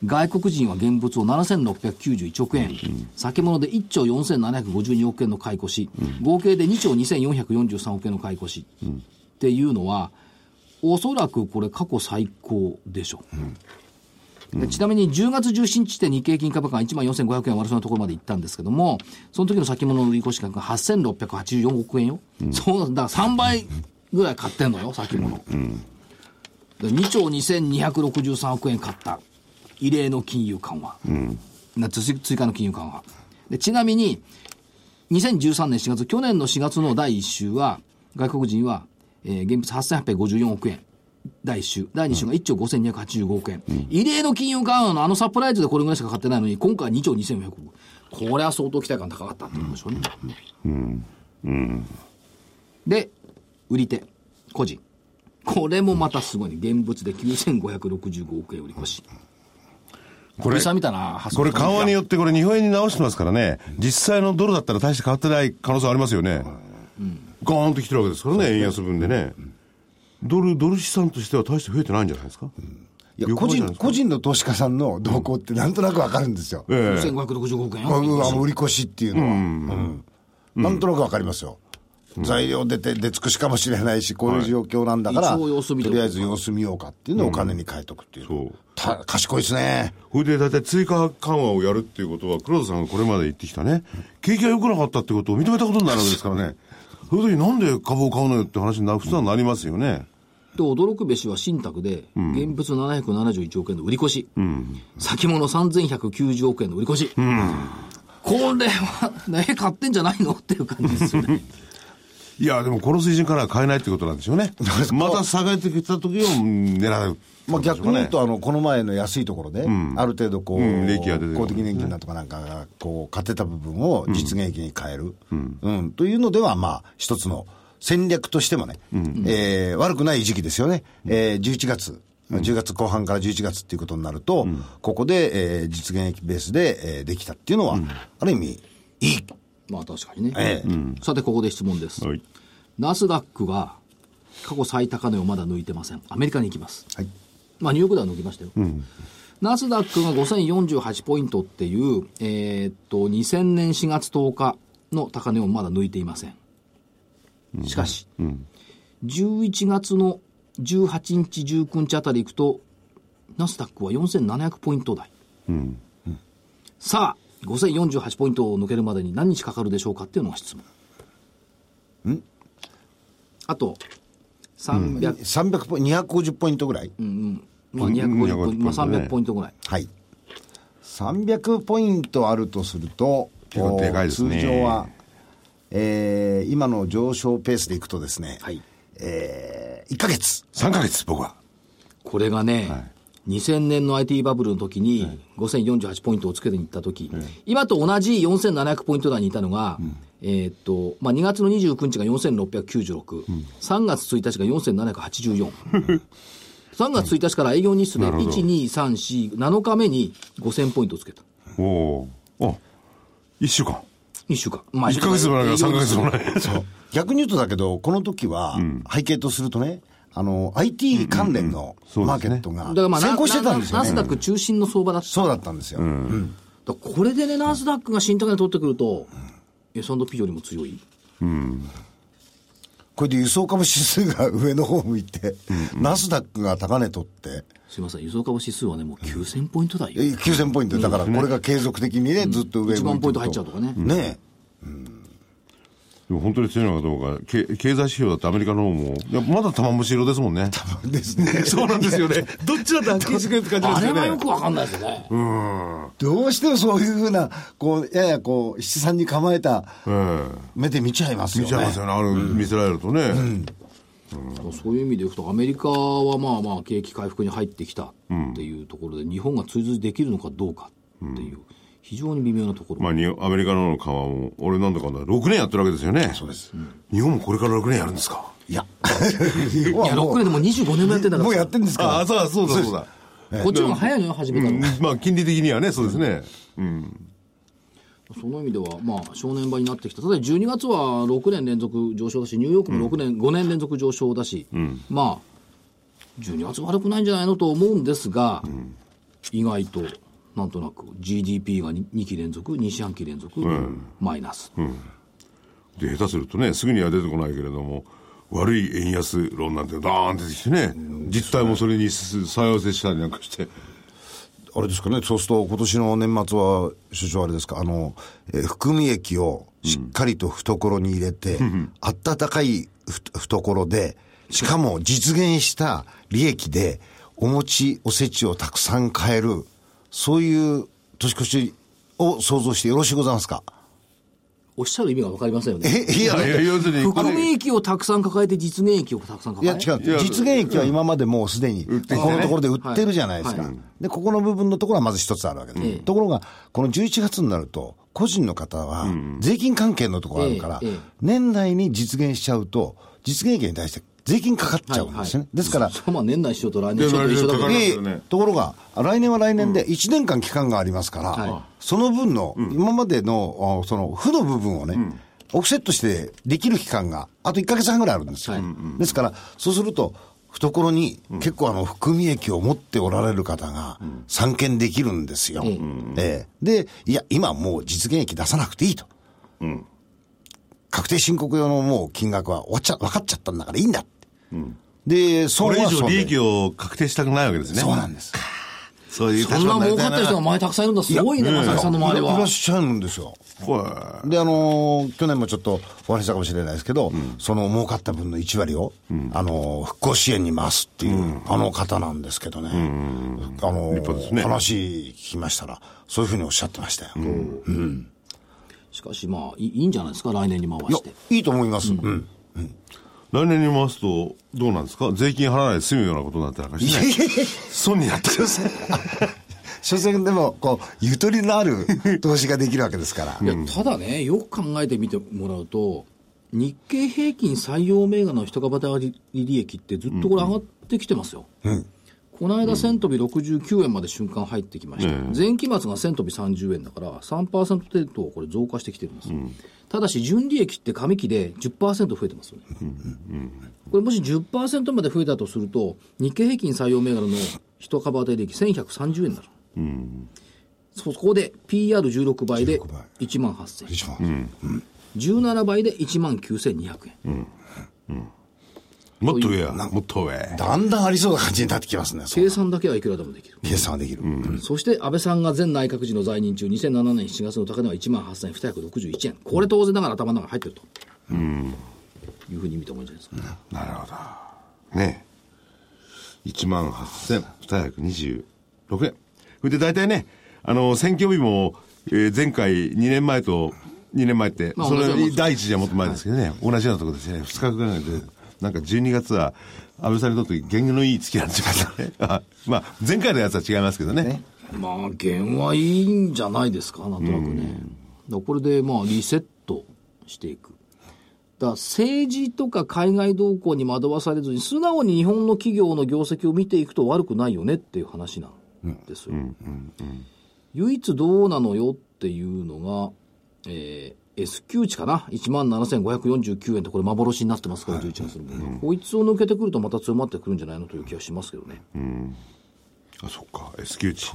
[SPEAKER 1] 外国人は現物を7691億円、先物で1兆4752億円の買い越し、合計で2兆2443億円の買い越し、っていうのは、おそらくこれ、過去最高でしょう。でちなみに10月17日って日経金株価が1万4500円割れそうなところまで行ったんですけども、その時の先物の売り越し額が8684億円よ。そうだから3倍ぐらい買ってんのよ、先物。で2兆2263億円買った。異例の金融緩和。なつ追加の金融緩和。でちなみに、2013年4月、去年の4月の第1週は、外国人は、えー、現物8854億円。第1週。第2週が1兆5285億円。異例の金融緩和のあのサプライズでこれぐらいしか買ってないのに、今回は2兆2400億これは相当期待感高かったってことでしょうね。で、売り手、個人。これもまたすごいね。現物で9565億円売り越し。
[SPEAKER 4] こ
[SPEAKER 1] 売
[SPEAKER 4] れ
[SPEAKER 1] り、さんみたいな発想
[SPEAKER 4] これ緩和によってこれ日本円に直してますからね、実際のドルだったら大して変わってない可能性ありますよね。ガーンと来てるわけですからね、円安分でね。ドル、ドル資産としては大して増えてないんじゃないですか。
[SPEAKER 3] いや
[SPEAKER 4] 横
[SPEAKER 3] 個
[SPEAKER 4] ばいじゃない
[SPEAKER 3] 人
[SPEAKER 4] ですか
[SPEAKER 3] 個人の投資家さんの動向ってなんとなくわかるんですよ、
[SPEAKER 4] ええ
[SPEAKER 1] 1565億円
[SPEAKER 3] あう
[SPEAKER 1] よ。
[SPEAKER 3] わ売り越しっていうのは、うんなんとなくわかりますよ、材料出て出尽くしかもしれないし、こういう状況なんだから、
[SPEAKER 1] 一応様子見て
[SPEAKER 3] とりあえず様子見ようかっていうのをお金に変えとくっていう、
[SPEAKER 4] そう
[SPEAKER 3] た賢いですね、
[SPEAKER 4] これで大体追加緩和をやるっていうことは、黒田さんがこれまで言ってきたね、景気が良くなかったってことを認めたことになるわけですからね。そういう時になんで株を買うのよって話にな、普通はなりますよね。
[SPEAKER 1] で、驚くべしは信託で、現物771億円の売り越し。先物3190億円の売り越し。
[SPEAKER 3] [LAUGHS]
[SPEAKER 1] これは、ね、買ってんじゃないのっていう感じですよね。
[SPEAKER 4] いや、でもこの水準からは買えないってことなんでしょうね。また下がってきた時をうん狙う。
[SPEAKER 3] まあ、逆に言うと、あのこの前の安いところで、ある程度こう、
[SPEAKER 4] うん利益が出てる
[SPEAKER 3] 公的年金だとかなんかがこう買ってた部分を実現益に変える、うんというのでは、まあ、一つの戦略としてもね、えー悪くない時期ですよね、えー11月。10月後半から11月っていうことになると、ここで、えー実現益ベースで、えーできたっていうのは、ある意味、いい。
[SPEAKER 1] まあ確かにね、
[SPEAKER 3] ええ
[SPEAKER 1] さてここで質問です、
[SPEAKER 4] はい
[SPEAKER 1] ナスダックが過去最高値をまだ抜いてませんアメリカに行きます
[SPEAKER 3] はい。
[SPEAKER 1] まあ、ニューヨークでは抜きましたよ。ナスダックが5048ポイントっていう、えーっと、2000年4月10日の高値をまだ抜いていません。しかし、11月の18日、19日あたり行くと、ナスダックは4700ポイント台。さあ、5048ポイントを抜けるまでに何日かかるでしょうかっていうのが質問。あと、300、
[SPEAKER 3] 300ポイント、250ポイントぐらい、
[SPEAKER 1] まあ、250ポイント、まあ、
[SPEAKER 4] 250ね
[SPEAKER 1] 300ポイントぐらい。
[SPEAKER 3] はい。300ポイントあるとすると、
[SPEAKER 4] 結構でかいですね
[SPEAKER 3] 通
[SPEAKER 4] [LAUGHS]
[SPEAKER 3] 常は、えー、今の上昇ペースでいくとですね、
[SPEAKER 1] はい
[SPEAKER 3] えー、1ヶ月。
[SPEAKER 4] 3ヶ月、僕は。
[SPEAKER 1] これがね、2000年の IT バブルの時に、5048ポイントをつけていった時、今と同じ4700ポイント台にいたのが、えーっと、まあ、2月の29日が4696、3月1日が4784。3月1日から営業日数で1、2、3、4、7日目に5000ポイントつけた。
[SPEAKER 4] おおー。あ、1週間。
[SPEAKER 1] 1週間。ま
[SPEAKER 4] 1ヶ月もないから3ヶ月もない。 [LAUGHS]
[SPEAKER 3] 逆に言うとだけど、この時は、背景とするとね、あの、IT 関連の
[SPEAKER 4] そうですね
[SPEAKER 3] マーケットが
[SPEAKER 1] だからまあ、
[SPEAKER 3] 先行してたんですよ
[SPEAKER 1] ナス
[SPEAKER 3] ね。
[SPEAKER 1] ダック中心の相場だった。
[SPEAKER 3] そうだったんですよ。うん
[SPEAKER 1] だからこれでね、ナスダックが新高値取ってくると、S&P よりも強い。
[SPEAKER 3] これで輸送株指数が上の方向いて、ナスダックが高値取って、
[SPEAKER 1] すいません、輸送株指数はね、もう9000ポイント台よ。
[SPEAKER 3] 9000ポイント、だからこれが継続的にね、ずっと
[SPEAKER 1] 1
[SPEAKER 3] 上向いて
[SPEAKER 1] 万
[SPEAKER 3] る
[SPEAKER 1] ポイント入っちゃうとかね。
[SPEAKER 3] ね
[SPEAKER 4] でも本当に強いのかどうか、け経済指標だってアメリカの方も、いやまだ玉虫色ですもんね。
[SPEAKER 3] え。ですね。
[SPEAKER 4] そうなんですよね。 [LAUGHS] どっちだってはっきりしてくれって感じ
[SPEAKER 1] あれはよくわかんないですよね。
[SPEAKER 3] どうしてもそういうふうな、こう、ややこう、七三に構えた
[SPEAKER 4] え
[SPEAKER 3] 目で見ちゃいます
[SPEAKER 4] え
[SPEAKER 3] よ
[SPEAKER 4] 見
[SPEAKER 3] ね。
[SPEAKER 4] ちゃいますよね。あれ見せられるとね。
[SPEAKER 1] そういう意味でいくと、アメリカはまあまあ景気回復に入ってきたっていうところで、日本が追随できるのかどうかっていう、非常に微妙なところ。
[SPEAKER 4] まあ、にアメリカの緩和も、俺なんだかんだ6年やってるわけですよね。そうです。日本もこれから6年やるんですか。
[SPEAKER 3] [LAUGHS] いや。日本
[SPEAKER 1] いや、
[SPEAKER 3] はも
[SPEAKER 1] 6年でもう25年もやってんだ
[SPEAKER 3] う、
[SPEAKER 1] か
[SPEAKER 3] もうや
[SPEAKER 1] ら
[SPEAKER 3] ってんですか
[SPEAKER 4] あ、そうだ、そうだ、そうだ。
[SPEAKER 1] さ、こっちの方が早いのよ、始めた
[SPEAKER 4] うん
[SPEAKER 1] の。
[SPEAKER 4] まあ、金利的にはね、そうですね。
[SPEAKER 1] その意味では、まあ、正念場になってきた。ただ、12月は6年連続上昇だし、ニューヨークも6年、5年連続上昇だし、まあ、12月悪くないんじゃないのと思うんですが、意外と、なんとなく GDP が 2, 期連続、2四半期連続、マイナス。
[SPEAKER 4] で、下手するとね、すぐには出てこないけれども、悪い円安論なんてダーンって出てきてね、実態もそれにす再合わせしたりなんかして、
[SPEAKER 3] あれですかね、そうすると、今年の年末は、所長あれですか、あの、えー含み益をしっかりと懐に入れて、暖かいふ懐で、しかも実現した利益で、お餅、おせちをたくさん買える、そういう年越しを想像してよろしいございますか
[SPEAKER 1] おっしゃる意味が分かりませんよね。
[SPEAKER 3] え、いや、
[SPEAKER 4] いや要するに、
[SPEAKER 1] 含み益をたくさん抱えて、実現益をたくさん抱
[SPEAKER 3] いや
[SPEAKER 1] え
[SPEAKER 3] 違う
[SPEAKER 1] て。
[SPEAKER 3] 実現益は今までもうすでに、こ
[SPEAKER 4] ってきてね
[SPEAKER 3] このところで売ってるじゃないですか、
[SPEAKER 1] はい
[SPEAKER 3] でここの部分のところはまず一つあるわけです、ところが、この11月になると、個人の方は税金関係のところあるから、
[SPEAKER 1] ええええ
[SPEAKER 3] 年内に実現しちゃうと、実現益に対して税金かかっちゃうんですよね、ですから、
[SPEAKER 1] それはまあ年内しようと来年しようと一緒だから
[SPEAKER 4] いや
[SPEAKER 1] ね。
[SPEAKER 4] 来年
[SPEAKER 3] いい
[SPEAKER 4] しようとね
[SPEAKER 3] ところが、来年は来年で1年間期間がありますから、
[SPEAKER 1] はい
[SPEAKER 3] その分の、今までの、あその、負の部分をね、オフセットしてできる期間が、あと1ヶ月半ぐらいあるんですよ。
[SPEAKER 1] はい
[SPEAKER 3] ですから、そうすると、懐に結構あの、含み益を持っておられる方が参見できるんですよ。
[SPEAKER 1] ええ
[SPEAKER 3] ええで、いや、今もう実現益出さなくていいと。確定申告用のもう金額は終わっちゃ、分かっちゃったんだからいいんだって。で、損
[SPEAKER 4] これ
[SPEAKER 3] は
[SPEAKER 4] 以上
[SPEAKER 3] 損で
[SPEAKER 4] 利益を確定したくないわけですね。
[SPEAKER 3] そうなんです。
[SPEAKER 4] そういう
[SPEAKER 1] そんな儲かってる人が前たくさんいるんだ。すごいね、まさきさんの周り
[SPEAKER 3] いら
[SPEAKER 1] は
[SPEAKER 3] っ。しゃるんですよ。
[SPEAKER 4] は
[SPEAKER 3] で、あのー去年もちょっとお話ししたかもしれないですけど、その儲かった分の1割を、あのー復興支援に回すっていう、あの方なんですけどね、あのー
[SPEAKER 4] 立派ですね
[SPEAKER 3] 話聞きましたら、そういうふうにおっしゃってましたよ。
[SPEAKER 1] しかしまあ、いいいんじゃないですか、来年に回
[SPEAKER 3] いや
[SPEAKER 1] して。、
[SPEAKER 3] いいと思います。うん
[SPEAKER 4] 来年に回すと、どうなんですか税金払わないで済むようなことになったらなんかし [LAUGHS] ない。損になってください。
[SPEAKER 3] [LAUGHS] 所詮でも、こう、ゆとりのある投資ができるわけですから。
[SPEAKER 1] いやただね、よく考えてみてもらうと、日経平均採用銘柄の一株当たり利益ってずっとこれ上がってきてますよ。この間、千飛び69円まで瞬間入ってきました。前期末が千飛び30円だから、3%程度これ増加してきてるんですよ。ただし、純利益って上期で10%増えてますよね。これもし10%まで増えたとすると、日経平均採用銘柄の一株当たり利益1130円になる。そこで PR16 倍で1万8000円。
[SPEAKER 3] 一番
[SPEAKER 1] 17倍で1万9200円、
[SPEAKER 4] もっと上や。もっと上。
[SPEAKER 3] だんだんありそうな感じになってきますね。そう
[SPEAKER 1] 計算だけはいくらでもできる、
[SPEAKER 3] 計算はできる。
[SPEAKER 1] そして安倍さんが前内閣時の在任中、2007年7月の高値は1万8261円、これ当然ながら頭の中に入ってると、いうふうに見てもいいんじゃないですか、
[SPEAKER 4] なるほど。ねえ。1万8226円。これで大体ね、あの、選挙日も、えー前回2年前と、2年前って、
[SPEAKER 1] まあ
[SPEAKER 4] そ
[SPEAKER 1] 同じようなも
[SPEAKER 4] れ
[SPEAKER 1] ん
[SPEAKER 4] 第一じゃもっと前ですけどね、同じようなところですね、2日ぐらいで、なんか12月は、安倍さんにとって原因のいい月なんじゃないですかね。 [LAUGHS] あまあ、前回のやつは違いますけどね。
[SPEAKER 1] まあ、減はいいんじゃないですか、なんとなくね、だからこれでまあリセットしていく。だから政治とか海外動向に惑わされずに、素直に日本の企業の業績を見ていくと悪くないよねっていう話なんですよ。唯一どうなのよっていうのが、えー S q 値かな、17,549円とこれ、幻になってますから、11月の、こいつを抜けてくると、また強まってくるんじゃないのという気がしますけどね。
[SPEAKER 4] あ、そっか、S q 値。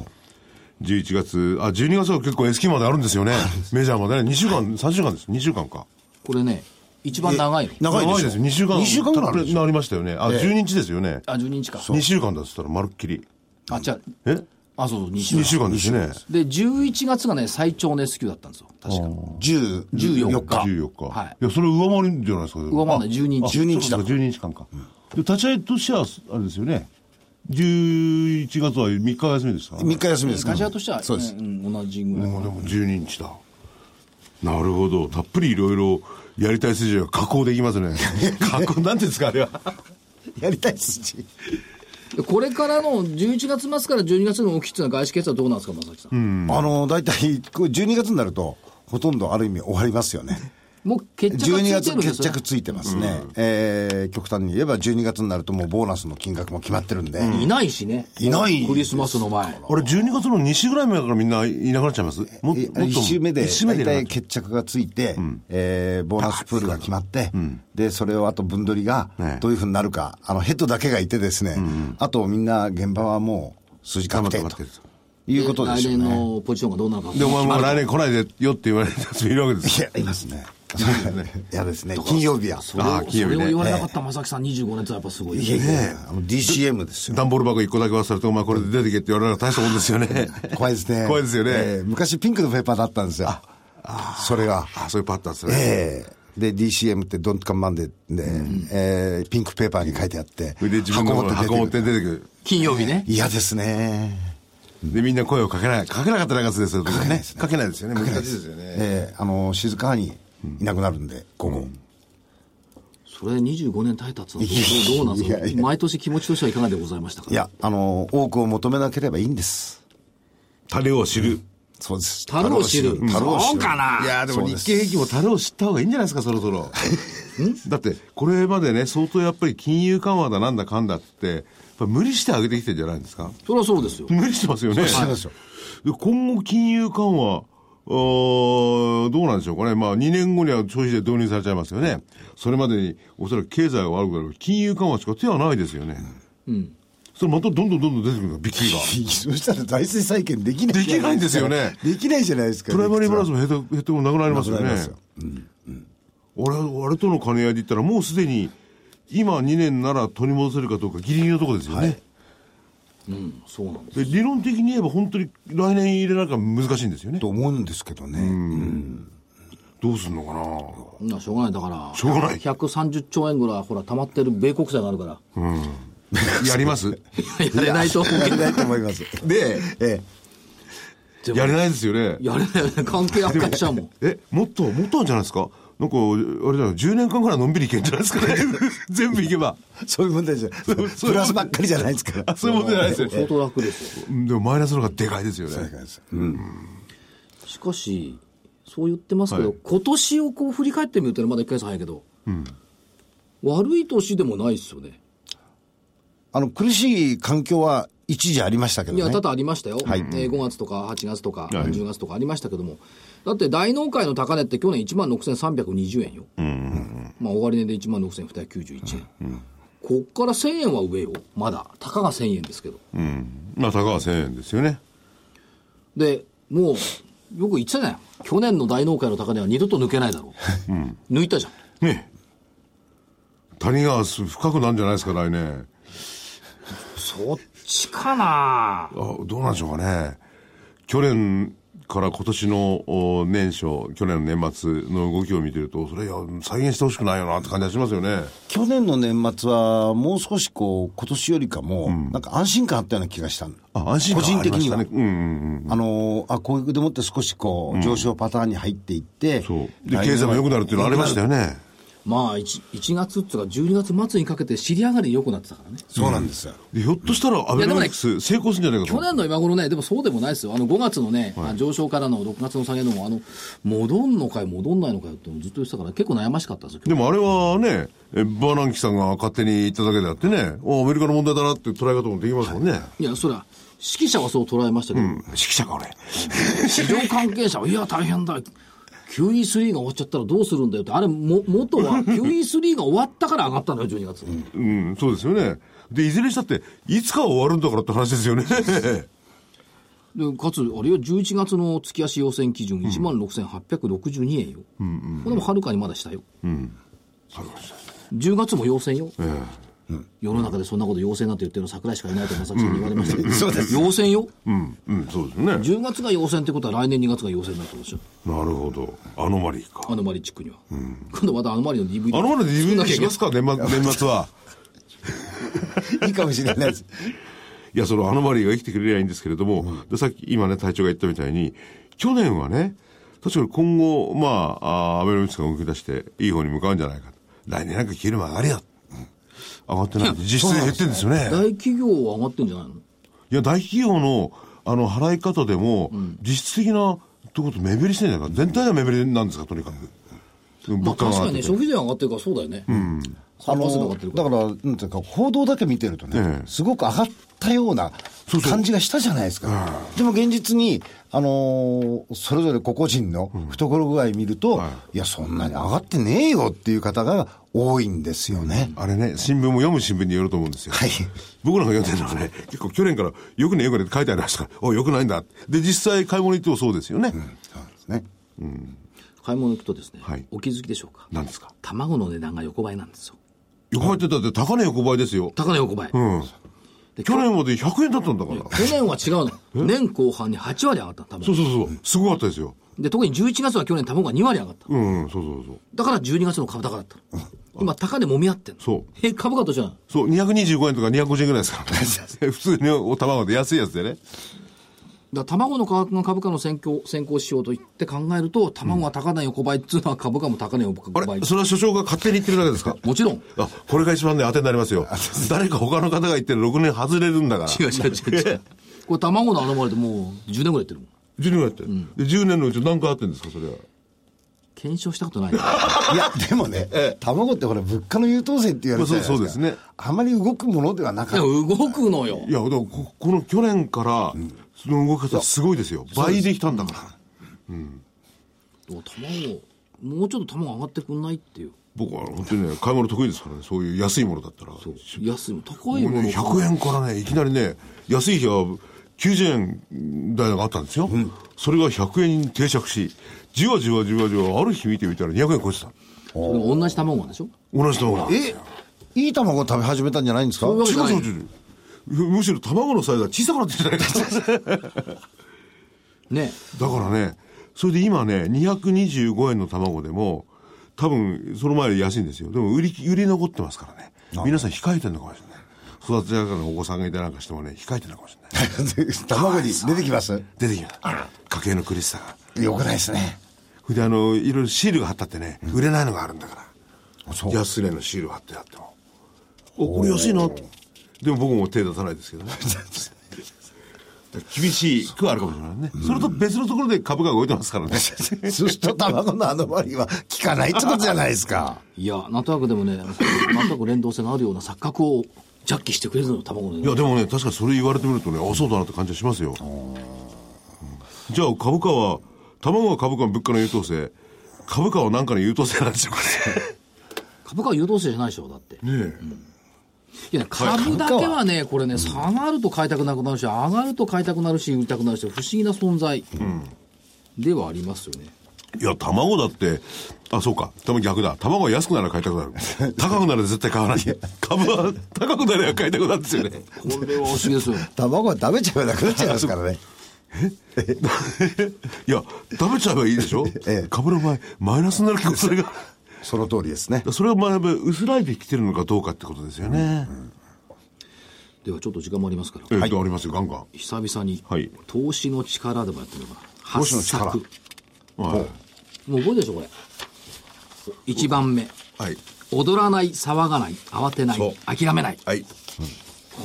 [SPEAKER 4] 11月、あ、12月は結構 S q まであるんです
[SPEAKER 3] [LAUGHS]
[SPEAKER 4] よね。メジャーまでね、2週間、3週間です。2週間か。
[SPEAKER 1] これね、一番長いの。
[SPEAKER 3] 長いでしょ
[SPEAKER 4] ですよ。2週間。
[SPEAKER 3] 二週間ぐらいあるでしょ
[SPEAKER 4] なりましたよね。あ、12日ですよね。
[SPEAKER 1] あ、12日か。
[SPEAKER 4] 2週間だっつったらまるっきり。
[SPEAKER 1] あ、じゃあ、
[SPEAKER 4] え
[SPEAKER 1] あ、そうそう、2週
[SPEAKER 4] ?2 週間ですね。
[SPEAKER 1] で、11月がね、最長の S q だったんですよ。確か
[SPEAKER 3] 10 14日。
[SPEAKER 4] 14日。
[SPEAKER 1] はい
[SPEAKER 4] いや、それ上回るんじゃないですか。
[SPEAKER 1] 上回るの12日
[SPEAKER 4] あ
[SPEAKER 3] 12日だ
[SPEAKER 4] そうか12日間か。で立ち会いとしては、あれですよね。11月は3日休みでした。
[SPEAKER 3] 3日休みですから。
[SPEAKER 1] 会社としては、
[SPEAKER 3] そうです。
[SPEAKER 1] んうん同じぐらい。
[SPEAKER 4] あでも12日だ。なるほど。たっぷりいろいろやりたい筋が加工できますね。 [LAUGHS] 加工、なんていうん [LAUGHS] ですか、あれは。
[SPEAKER 3] やりたい筋。
[SPEAKER 1] でこれからの11月末から12月の起きっていうのは外資決算どうなんですか、正木さん。
[SPEAKER 3] あの、大体、こう12月になると、ほとんどある意味終わりますよね。
[SPEAKER 1] もう決着がつい
[SPEAKER 3] 12
[SPEAKER 1] て
[SPEAKER 3] 月
[SPEAKER 1] るんです
[SPEAKER 3] 決
[SPEAKER 1] よね
[SPEAKER 3] 着ついてますね。えー極端に言えば12月になるともうボーナスの金額も決まってるんで。
[SPEAKER 1] いないしね。
[SPEAKER 3] いない
[SPEAKER 1] クリスマスの前。
[SPEAKER 4] あれ、12月の2週ぐらい前からみんないなくなっちゃいますももっと。
[SPEAKER 3] 1週目で
[SPEAKER 4] 一週目
[SPEAKER 3] 大
[SPEAKER 4] でいなくなっ
[SPEAKER 3] 体
[SPEAKER 4] ちゃう
[SPEAKER 3] 決着がついて、えーボーナスプールが決まって、で、それをあと分取りが
[SPEAKER 4] ね
[SPEAKER 3] どういうふうになるか、あの、ヘッドだけがいてですね、あとみんな現場はもう数字確定
[SPEAKER 4] 頑張って
[SPEAKER 3] と
[SPEAKER 4] 頑張って
[SPEAKER 3] いうことで
[SPEAKER 1] 来
[SPEAKER 3] しょう
[SPEAKER 1] 年
[SPEAKER 3] ね。
[SPEAKER 1] のポジションがどうなるか。
[SPEAKER 4] で、お前もう来年来ないでよって言われたやつもいるわけです
[SPEAKER 3] いや、いますね。 [LAUGHS] いやですね、金曜日
[SPEAKER 4] よ。
[SPEAKER 3] は。
[SPEAKER 4] ああ、
[SPEAKER 1] そ
[SPEAKER 4] 金曜
[SPEAKER 1] れ
[SPEAKER 4] 日
[SPEAKER 1] を言わ
[SPEAKER 4] ね。
[SPEAKER 1] れなかった正木さん25年とはやっぱすごい。
[SPEAKER 3] いやいやいや、あの DCM ですよ。
[SPEAKER 4] 段ボール箱1個だけ忘れて、お前これで出てけって言われたら大したもんですよね。
[SPEAKER 3] 怖いです
[SPEAKER 4] [LAUGHS]
[SPEAKER 3] ね。
[SPEAKER 4] 怖いですよね
[SPEAKER 3] えー昔ピンクのペーパーだったんですよ。それが。
[SPEAKER 4] ああ、そういうパターンですね。
[SPEAKER 3] ええで、DCM って Don't Come Monday で、えーピンクペーパーに書いてあって、
[SPEAKER 4] それで自分の
[SPEAKER 3] 箱持って出て
[SPEAKER 4] 箱持って出て
[SPEAKER 3] くる
[SPEAKER 4] くる。
[SPEAKER 1] 金曜日ね。
[SPEAKER 3] 嫌ですね。
[SPEAKER 4] で、みんな声をかけない。かけなかったらやつですよ、かけ
[SPEAKER 3] ないですね
[SPEAKER 4] かけないですよね。難しいですよね。
[SPEAKER 3] ええあの、静かにいなくなるんで、午後。
[SPEAKER 1] それ25年耐えたってのはどうどうなん
[SPEAKER 3] いや
[SPEAKER 1] で
[SPEAKER 3] い
[SPEAKER 1] す
[SPEAKER 3] や
[SPEAKER 1] か毎年気持ちとしてはいかがでございましたか
[SPEAKER 3] いや、あの、多くを求めなければいいんです。
[SPEAKER 4] タレを知る。
[SPEAKER 3] そうです。
[SPEAKER 1] 樽を知る。
[SPEAKER 3] 樽を
[SPEAKER 1] そ
[SPEAKER 3] 知る。
[SPEAKER 1] うかない
[SPEAKER 4] やーで
[SPEAKER 3] そ
[SPEAKER 4] も
[SPEAKER 3] うです
[SPEAKER 4] 日経平均も樽を知った方がいいんじゃないですか、そろそろ。だって、これまでね、相当やっぱり金融緩和だなんだかんだって、やっぱ無理して上げてきてるんじゃないんですか。
[SPEAKER 1] それはそうですよ。
[SPEAKER 4] 無理してますよね。
[SPEAKER 3] そうですよ
[SPEAKER 4] で今後、金融緩和、あーどうなんでしょうかね、まあ、2年後には消費税導入されちゃいますよね、それまでにおそらく経済は悪くなる、金融緩和しか手はないですよね、それまたどんどんどんどん出てくるの、びっくりが。
[SPEAKER 3] そしたら財政再建できない。
[SPEAKER 4] できないんですよね。
[SPEAKER 3] できないじゃないですか。
[SPEAKER 4] プライマリーバランス
[SPEAKER 3] ス
[SPEAKER 4] も減って減ってもなくなりますよ
[SPEAKER 3] なくな
[SPEAKER 4] ね
[SPEAKER 3] りますよ。
[SPEAKER 4] 俺は、俺との兼ね合いで言ったら、もうすでに、今2年なら取り戻せるかどうかギリギリのところですよね。
[SPEAKER 1] そうなんです。
[SPEAKER 4] で理論的に言えば本当に来年入れなきゃ難しいんですよね。
[SPEAKER 3] と思うんですけどね。
[SPEAKER 4] どうすんのか
[SPEAKER 1] なしょうがない。だから、
[SPEAKER 4] しょうがない
[SPEAKER 1] 130兆円ぐらい、ほら、溜まってる米国債があるから。
[SPEAKER 4] な [LAUGHS] やります
[SPEAKER 1] やれないと思う
[SPEAKER 3] や
[SPEAKER 1] け
[SPEAKER 3] り
[SPEAKER 1] ど。
[SPEAKER 3] ないと思います。
[SPEAKER 4] で、
[SPEAKER 3] え
[SPEAKER 4] やれないですよね。
[SPEAKER 1] やれないよね。関係悪化しちゃうもん。
[SPEAKER 4] え、もっと、もっとあるんじゃないですかなんか、あれだよ、10年間ぐらいのんびりいけんじゃないですかね。 [LAUGHS] 全部いけば。
[SPEAKER 3] [LAUGHS] そういう問題じゃない。
[SPEAKER 4] そう
[SPEAKER 3] プラスばっかりじゃないですか
[SPEAKER 4] [LAUGHS]
[SPEAKER 3] ら。
[SPEAKER 4] そういうことじゃないですよ。
[SPEAKER 1] 相当楽ですよ。
[SPEAKER 4] でもマイナスの方がでかいですよね。
[SPEAKER 1] しかし、そう言ってますけど、
[SPEAKER 4] はい
[SPEAKER 1] 今年をこう振り返ってみると、まだ1ヶ月早いけど、悪い年でもないですよね。
[SPEAKER 3] あの、苦しい環境は一時ありましたけど
[SPEAKER 1] い
[SPEAKER 3] ね。
[SPEAKER 1] や、多々ありましたよ、えー5月とか8月とか10月とかありましたけども、だって大納会の高値って去年1万6320円よ、まあ、終値で1万6291円、こっから1000円は上よ、まだ、たかが1000円ですけど、
[SPEAKER 4] うん。まあ、たかが1000円ですよね。
[SPEAKER 1] でもう、よく言ってたじゃない、去年の大納会の高値は二度と抜けないだろ [LAUGHS] う、抜いたじゃん。
[SPEAKER 4] ねえ谷川す深くなんじゃないですか、来年。
[SPEAKER 1] そっちかな
[SPEAKER 4] あどうなんでしょうかね。去年から今年のお年初、去年の年末の動きを見てると、それいや、再現してほしくないよなって感じがしますよね。
[SPEAKER 3] 去年の年末は、もう少しこう、今年よりかも、なんか安心感あったような気がしたの
[SPEAKER 4] あ安心感
[SPEAKER 3] 個人的には。
[SPEAKER 4] ありましたねうんうんうん
[SPEAKER 3] あのーあ、こういうでもって少しこう、上昇パターンに入っていって、
[SPEAKER 4] そう。で、経済も良くなるっていうのはありましたよね。
[SPEAKER 1] まあ 1, 1月っていうか12月末にかけて尻上がり良くなってたからね
[SPEAKER 3] そうなんですよ。
[SPEAKER 4] でひょっとしたらアベノミクス成功するんじゃないかと
[SPEAKER 1] 去
[SPEAKER 4] 思う。
[SPEAKER 1] 年の今頃ね、でもそうでもないですよ、あの5月のね、あ上昇からの6月の下げのも、あの戻んのかい、戻んないのかよってずっと言ってたから、結構悩ましかったですよ、
[SPEAKER 4] でもあれはね、えバーナンキさんが勝手に言っただけであってね、おアメリカの問題だなって捉え方もできますもんね。
[SPEAKER 1] いや、そりゃ、指揮者はそう捉えましたけど、
[SPEAKER 5] 指揮者か、俺。
[SPEAKER 1] 市場関係者は、いや、大変だ、QE3 が終わっちゃったらどうするんだよって、あれ、も元は
[SPEAKER 5] [LAUGHS]
[SPEAKER 1] QE3 が終わったから上がったのよ、12月。
[SPEAKER 4] うん、そうですよね。で、いずれにしたって、いつかは終わるんだからって話ですよね。
[SPEAKER 1] でかつ、あれよ、11月の月足要請基準、1万6862円よ、これもはるかにまだ下よ、10月も要請よ、世の中でそんなこと要請なんて言ってるの、桜井しかいないと正木さんに言われましたけ [LAUGHS] ど、要請よ、
[SPEAKER 4] うん、うん、そうですね。なる
[SPEAKER 1] 10月が要請ってことは、来年2月が要請になったでしょ、
[SPEAKER 4] ほど。アノマリーか。
[SPEAKER 1] アノマリ地区には。今度またアノマリの DVD、
[SPEAKER 4] アノマリーで自分でします
[SPEAKER 1] か
[SPEAKER 4] か、年末、年末は。
[SPEAKER 3] いいかもしれないです。
[SPEAKER 4] いや、そのアノマリーが生きてくれりゃいいんですけれども、でさっき今ね、隊長が言ったみたいに、去年はね、確かに今後、まあ、あーアベノミクスが動き出して、いい方に向かうんじゃないかと。来年なんか昼間上がりや。上がってない。実質減ってんですよね。
[SPEAKER 1] 大企業は上がってんじゃないの
[SPEAKER 4] いや、大企業の、あの、払い方でも、実質的な、ってこと、目減りしてんじゃないか。全体が目減りなんですか、とにかく。
[SPEAKER 1] ま
[SPEAKER 4] 物
[SPEAKER 1] あ
[SPEAKER 4] 価が
[SPEAKER 1] 確か
[SPEAKER 4] 上がっ
[SPEAKER 1] に
[SPEAKER 4] て
[SPEAKER 1] ね、
[SPEAKER 4] て
[SPEAKER 1] 消費税上がってるからそうだよね。
[SPEAKER 3] あ
[SPEAKER 1] 3%
[SPEAKER 3] の
[SPEAKER 1] 上がってるか
[SPEAKER 3] ーだ
[SPEAKER 1] ら。
[SPEAKER 3] から、なんていうか、報道だけ見てるとね
[SPEAKER 4] え、え
[SPEAKER 3] すごく上がったような
[SPEAKER 4] そうそう
[SPEAKER 3] 感じがしたじゃないですか。でも現実に、あのーそれぞれ個々人の懐具合見ると、いや、そんなに上がってねえよっていう方が多いんですよね。
[SPEAKER 4] あれね、新聞も読む新聞によると思うんですよ。
[SPEAKER 3] はい
[SPEAKER 4] 僕らが読んでるのはね、 [LAUGHS] 結構去年から、よくね、よくねって書いてありましたから、おいよくないんだ。で、実際買い物行ってもそうですよね。
[SPEAKER 3] そうですね。
[SPEAKER 1] 買い物行くとですね、
[SPEAKER 4] はい
[SPEAKER 1] お気づきでしょうか。
[SPEAKER 4] なんですか
[SPEAKER 1] 卵の値段が横ばいなんですよ。
[SPEAKER 4] 横ばいってだって高値横ばいですよ。
[SPEAKER 1] 高値横ばい。
[SPEAKER 4] うん。
[SPEAKER 1] で
[SPEAKER 4] 去
[SPEAKER 1] 去
[SPEAKER 4] 年まで100円だったんだから。
[SPEAKER 1] 去年は違うの。年後半に8割上がったの卵
[SPEAKER 4] そうそうそう。すごかったですよ。
[SPEAKER 1] で、特に11月は去年卵が2割上がった。
[SPEAKER 4] うん、うんそうそうそう。
[SPEAKER 1] だから12月の株高だったの。今、高値揉み合ってんの。
[SPEAKER 4] そう
[SPEAKER 1] え、株価としては
[SPEAKER 4] そう、225円とか250円ぐらいですからね。 [LAUGHS] 普通にお卵で安いやつでね。
[SPEAKER 1] だから卵の価格の株価の先行先行指標と言って考えると、卵が高値横ばいっていうのは株価も高値横
[SPEAKER 4] あ
[SPEAKER 1] ばい
[SPEAKER 4] れ。それは所長が勝手に言ってるだけ [LAUGHS] ですか
[SPEAKER 1] もちろん。
[SPEAKER 4] あ、これが一番ね、当てになりますよ。誰か他の方が言ってる6年外れるんだから。
[SPEAKER 1] 違う違う違う違う。これ卵の穴までもう10年ぐらいやってるもん。
[SPEAKER 4] 10年やって、で10年のうち何回あってんですかそれは
[SPEAKER 1] 検証したことないな。
[SPEAKER 3] いや、でもね、卵ってほら、物価の優等生って言われてたじゃな
[SPEAKER 4] まあそう
[SPEAKER 3] い
[SPEAKER 4] そうですね
[SPEAKER 3] あまり動くものではなか
[SPEAKER 1] で
[SPEAKER 3] っ
[SPEAKER 1] も動くのよ。
[SPEAKER 4] いやだからここの去年からその動き方すごいですよ倍できたんだから
[SPEAKER 1] でも卵、もうちょっと卵上がってくんないっていう。
[SPEAKER 4] 僕は本当にね買い物得意ですからねそういう安いものだったらそう
[SPEAKER 1] 安いもん高いもの。
[SPEAKER 4] 100円からねいきなりね安い日は90円台があったんですよ、それが100円に定着しじわじわじわじわある日見てみたら200円超えてた
[SPEAKER 1] それも同じ卵なんでしょ
[SPEAKER 4] 同じ卵が
[SPEAKER 3] た。えいい卵食べ始めたんじゃないんですか
[SPEAKER 1] そういうわけ
[SPEAKER 4] 違
[SPEAKER 1] じゃない
[SPEAKER 4] う違う違うむしろ卵のサイズが小さくなってんじゃないか
[SPEAKER 3] [LAUGHS]
[SPEAKER 1] ね
[SPEAKER 4] だからね、それで今ね、225円の卵でも、多分、その前より安いんですよ。でも、売り、売り残ってますからね。皆さん控えてるのかもしれない。育てられたお子さんがいたりなんかしてもね、控えてるのかもしれない。
[SPEAKER 3] 卵に出てきます
[SPEAKER 4] 出てきます。家計の苦しさが。
[SPEAKER 3] よくないですね。
[SPEAKER 5] それであの、いろいろシールが貼ったってね、売れないのがあるんだから。
[SPEAKER 3] そう
[SPEAKER 5] 安売りのシール貼ってあっても。お、これ安いなって。でも僕も手出さないですけどね。 [LAUGHS] 厳しくはあるかもしれないね。それと別のところで株が動いてますからね。
[SPEAKER 3] 寿司と卵のあの割りは効かないってことじゃないですか。
[SPEAKER 1] いや、なんとなくでもね、全く連動性があるような錯覚をジャッキしてくれるの、卵の
[SPEAKER 4] いや、でもね、確かにそれ言われてみるとね、あ、そうだなって感じはしますよ。じゃあ、株価は、卵は株価は物価の優等生、株価は何かの優等生なんでしょうかね。
[SPEAKER 1] 株価は優等生じゃないでしょ、だって。
[SPEAKER 5] [LAUGHS]
[SPEAKER 4] ね
[SPEAKER 1] いや、株だけはね、これね、下がると買いたくなくなるし、上がると買いたくなるし、売りたくなるし、不思議な存在ではありますよね。
[SPEAKER 4] いや、卵だって、あ、そうか。多分逆だ。卵は安くなら買いたくなる。高くなら絶対買わない。株は高くなれば買いたくなるんですよね。
[SPEAKER 1] これは不思議ですよ。
[SPEAKER 3] 卵は食べちゃえばなくなっちゃいますからね。
[SPEAKER 4] いや、食べちゃえばいいでしょ、
[SPEAKER 3] ええ
[SPEAKER 4] 株の場合、マイナスになるけど、それが。
[SPEAKER 3] その通りですね。
[SPEAKER 4] それはまあ、やっぱり薄らいできてるのかどうかってことですよね。
[SPEAKER 1] では、ちょっと時間もありますから、
[SPEAKER 4] えっと、ありますよ、ガンガン。
[SPEAKER 1] 久々に
[SPEAKER 4] はい、
[SPEAKER 1] 投資の力でもやってみようかな。
[SPEAKER 3] 投資の力
[SPEAKER 1] 発作
[SPEAKER 4] はい。
[SPEAKER 1] もう覚えてるでしょ、これ。1番目。
[SPEAKER 4] はい。
[SPEAKER 1] 踊らない、騒がない、慌てな
[SPEAKER 4] そう
[SPEAKER 1] い、諦めない。
[SPEAKER 4] はい。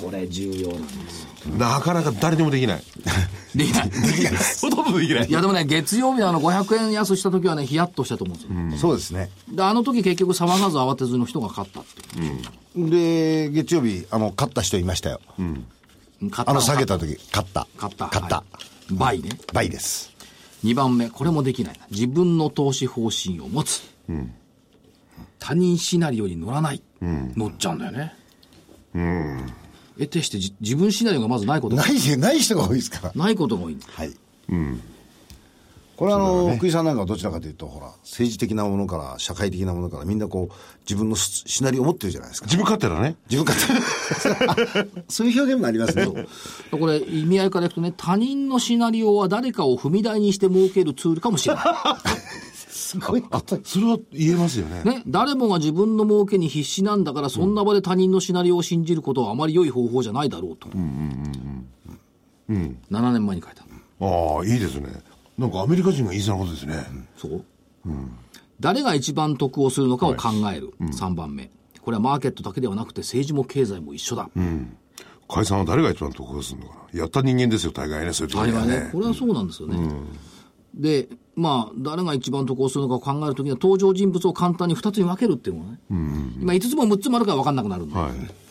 [SPEAKER 1] これ重要なんです。
[SPEAKER 4] なかなか誰でもできない。
[SPEAKER 1] できない。できないです。
[SPEAKER 4] ほとんどできない
[SPEAKER 1] い。やでもね、月曜日のあの500円安した時はね、ヒヤッとしたと思うんですよ。
[SPEAKER 3] そうですね。
[SPEAKER 1] で、あの時結局騒がず慌てずの人が勝ったっていう。
[SPEAKER 3] で、月曜日、あの、勝った人いましたよ。
[SPEAKER 1] 勝った
[SPEAKER 3] あの、下げた時、勝った。
[SPEAKER 1] 勝った。
[SPEAKER 3] 勝った
[SPEAKER 1] は。い倍ね。
[SPEAKER 3] 倍です。
[SPEAKER 1] 2番目、これもできないな。自分の投資方針を持つ。他人シナリオに乗らない。乗っちゃうんだよね。得てしてじ自分シナリオがまずないことが
[SPEAKER 3] ない人、ない人が多いですから。
[SPEAKER 1] ないことが多い。
[SPEAKER 3] はい。これはあの、福井さんなんかはどちらかというと、ほら、政治的なものから、社会的なものから、みんなこう、自分のスシナリオを持ってるじゃないですか。
[SPEAKER 4] 自分勝手だね。
[SPEAKER 3] 自分勝手。 [LAUGHS] そういう表現もありますね。
[SPEAKER 1] これ、意味合いからいくとね、他人のシナリオは誰かを踏み台にして設けるツールかもしれない。
[SPEAKER 3] すごいこと。
[SPEAKER 4] それは言えますよ
[SPEAKER 1] [LAUGHS]
[SPEAKER 4] ね。
[SPEAKER 1] ね、誰もが自分の儲けに必死なんだから、そんな場で他人のシナリオを信じることはあまり良い方法じゃないだろうと。7年前に書いた。
[SPEAKER 4] ああ、いいですね。なんかアメリカ人が言いそうなことですね。
[SPEAKER 1] そう、誰が一番得をするのかを考える。3番目。これはマーケットだけではなくて政治も経済も一緒だ。
[SPEAKER 4] 解散は誰が一番得をするのかな。やった人間ですよ、大概ね、そういうとこ
[SPEAKER 1] あれ
[SPEAKER 4] ろは
[SPEAKER 1] はね
[SPEAKER 4] ね、。
[SPEAKER 1] これはそうなんですよね。で、まあ、誰が一番得をするのかを考えるときには、登場人物を簡単に2つに分けるっていうのがね、今5つも6つもあるから分かんなくなるんで、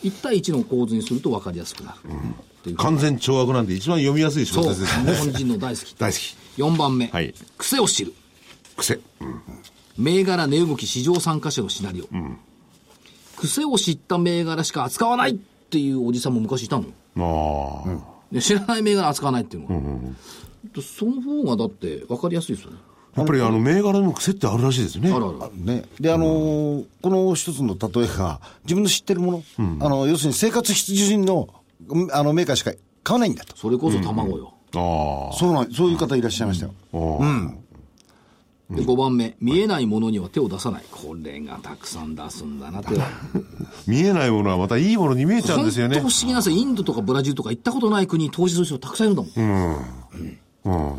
[SPEAKER 1] 1対1の構図にすると分かりやすくなる。っていう
[SPEAKER 4] 完全懲悪なんで一番読みやすい小
[SPEAKER 1] そう、
[SPEAKER 4] 説
[SPEAKER 1] 日
[SPEAKER 4] ですよね。
[SPEAKER 1] 本人の大好き。
[SPEAKER 4] 大好き。
[SPEAKER 1] 4番目、
[SPEAKER 4] はい
[SPEAKER 1] 癖を知る。
[SPEAKER 4] 癖。
[SPEAKER 1] 銘柄値動き市場参加者のシナリオ。癖を知った銘柄しか扱わないっていうおじさんも昔いたのよ。
[SPEAKER 4] ああ、
[SPEAKER 1] で知らない銘柄扱わないっていうのが。その方がだって分かりやすいですよね。
[SPEAKER 4] やっぱりあの、銘柄の癖ってあるらしいですね。
[SPEAKER 1] あるある。
[SPEAKER 3] ね。で、あのーこの一つの例えが、自分の知ってるもの、あの、要するに生活必需品の、うんあの、メーカーしか買わないんだと。
[SPEAKER 1] それこそ卵よ。
[SPEAKER 4] あ
[SPEAKER 3] そうなん、そういう方いらっしゃいましたよ。
[SPEAKER 1] で、5番目、見えないものには手を出さない。これがたくさん出すんだな、手は。
[SPEAKER 4] あ。見えないものはまたいいものに見えちゃうんですよね
[SPEAKER 1] 本当。不思議なんですよ。インドとかブラジルとか行ったことない国に投資する人たくさんいるんだもん。
[SPEAKER 4] ね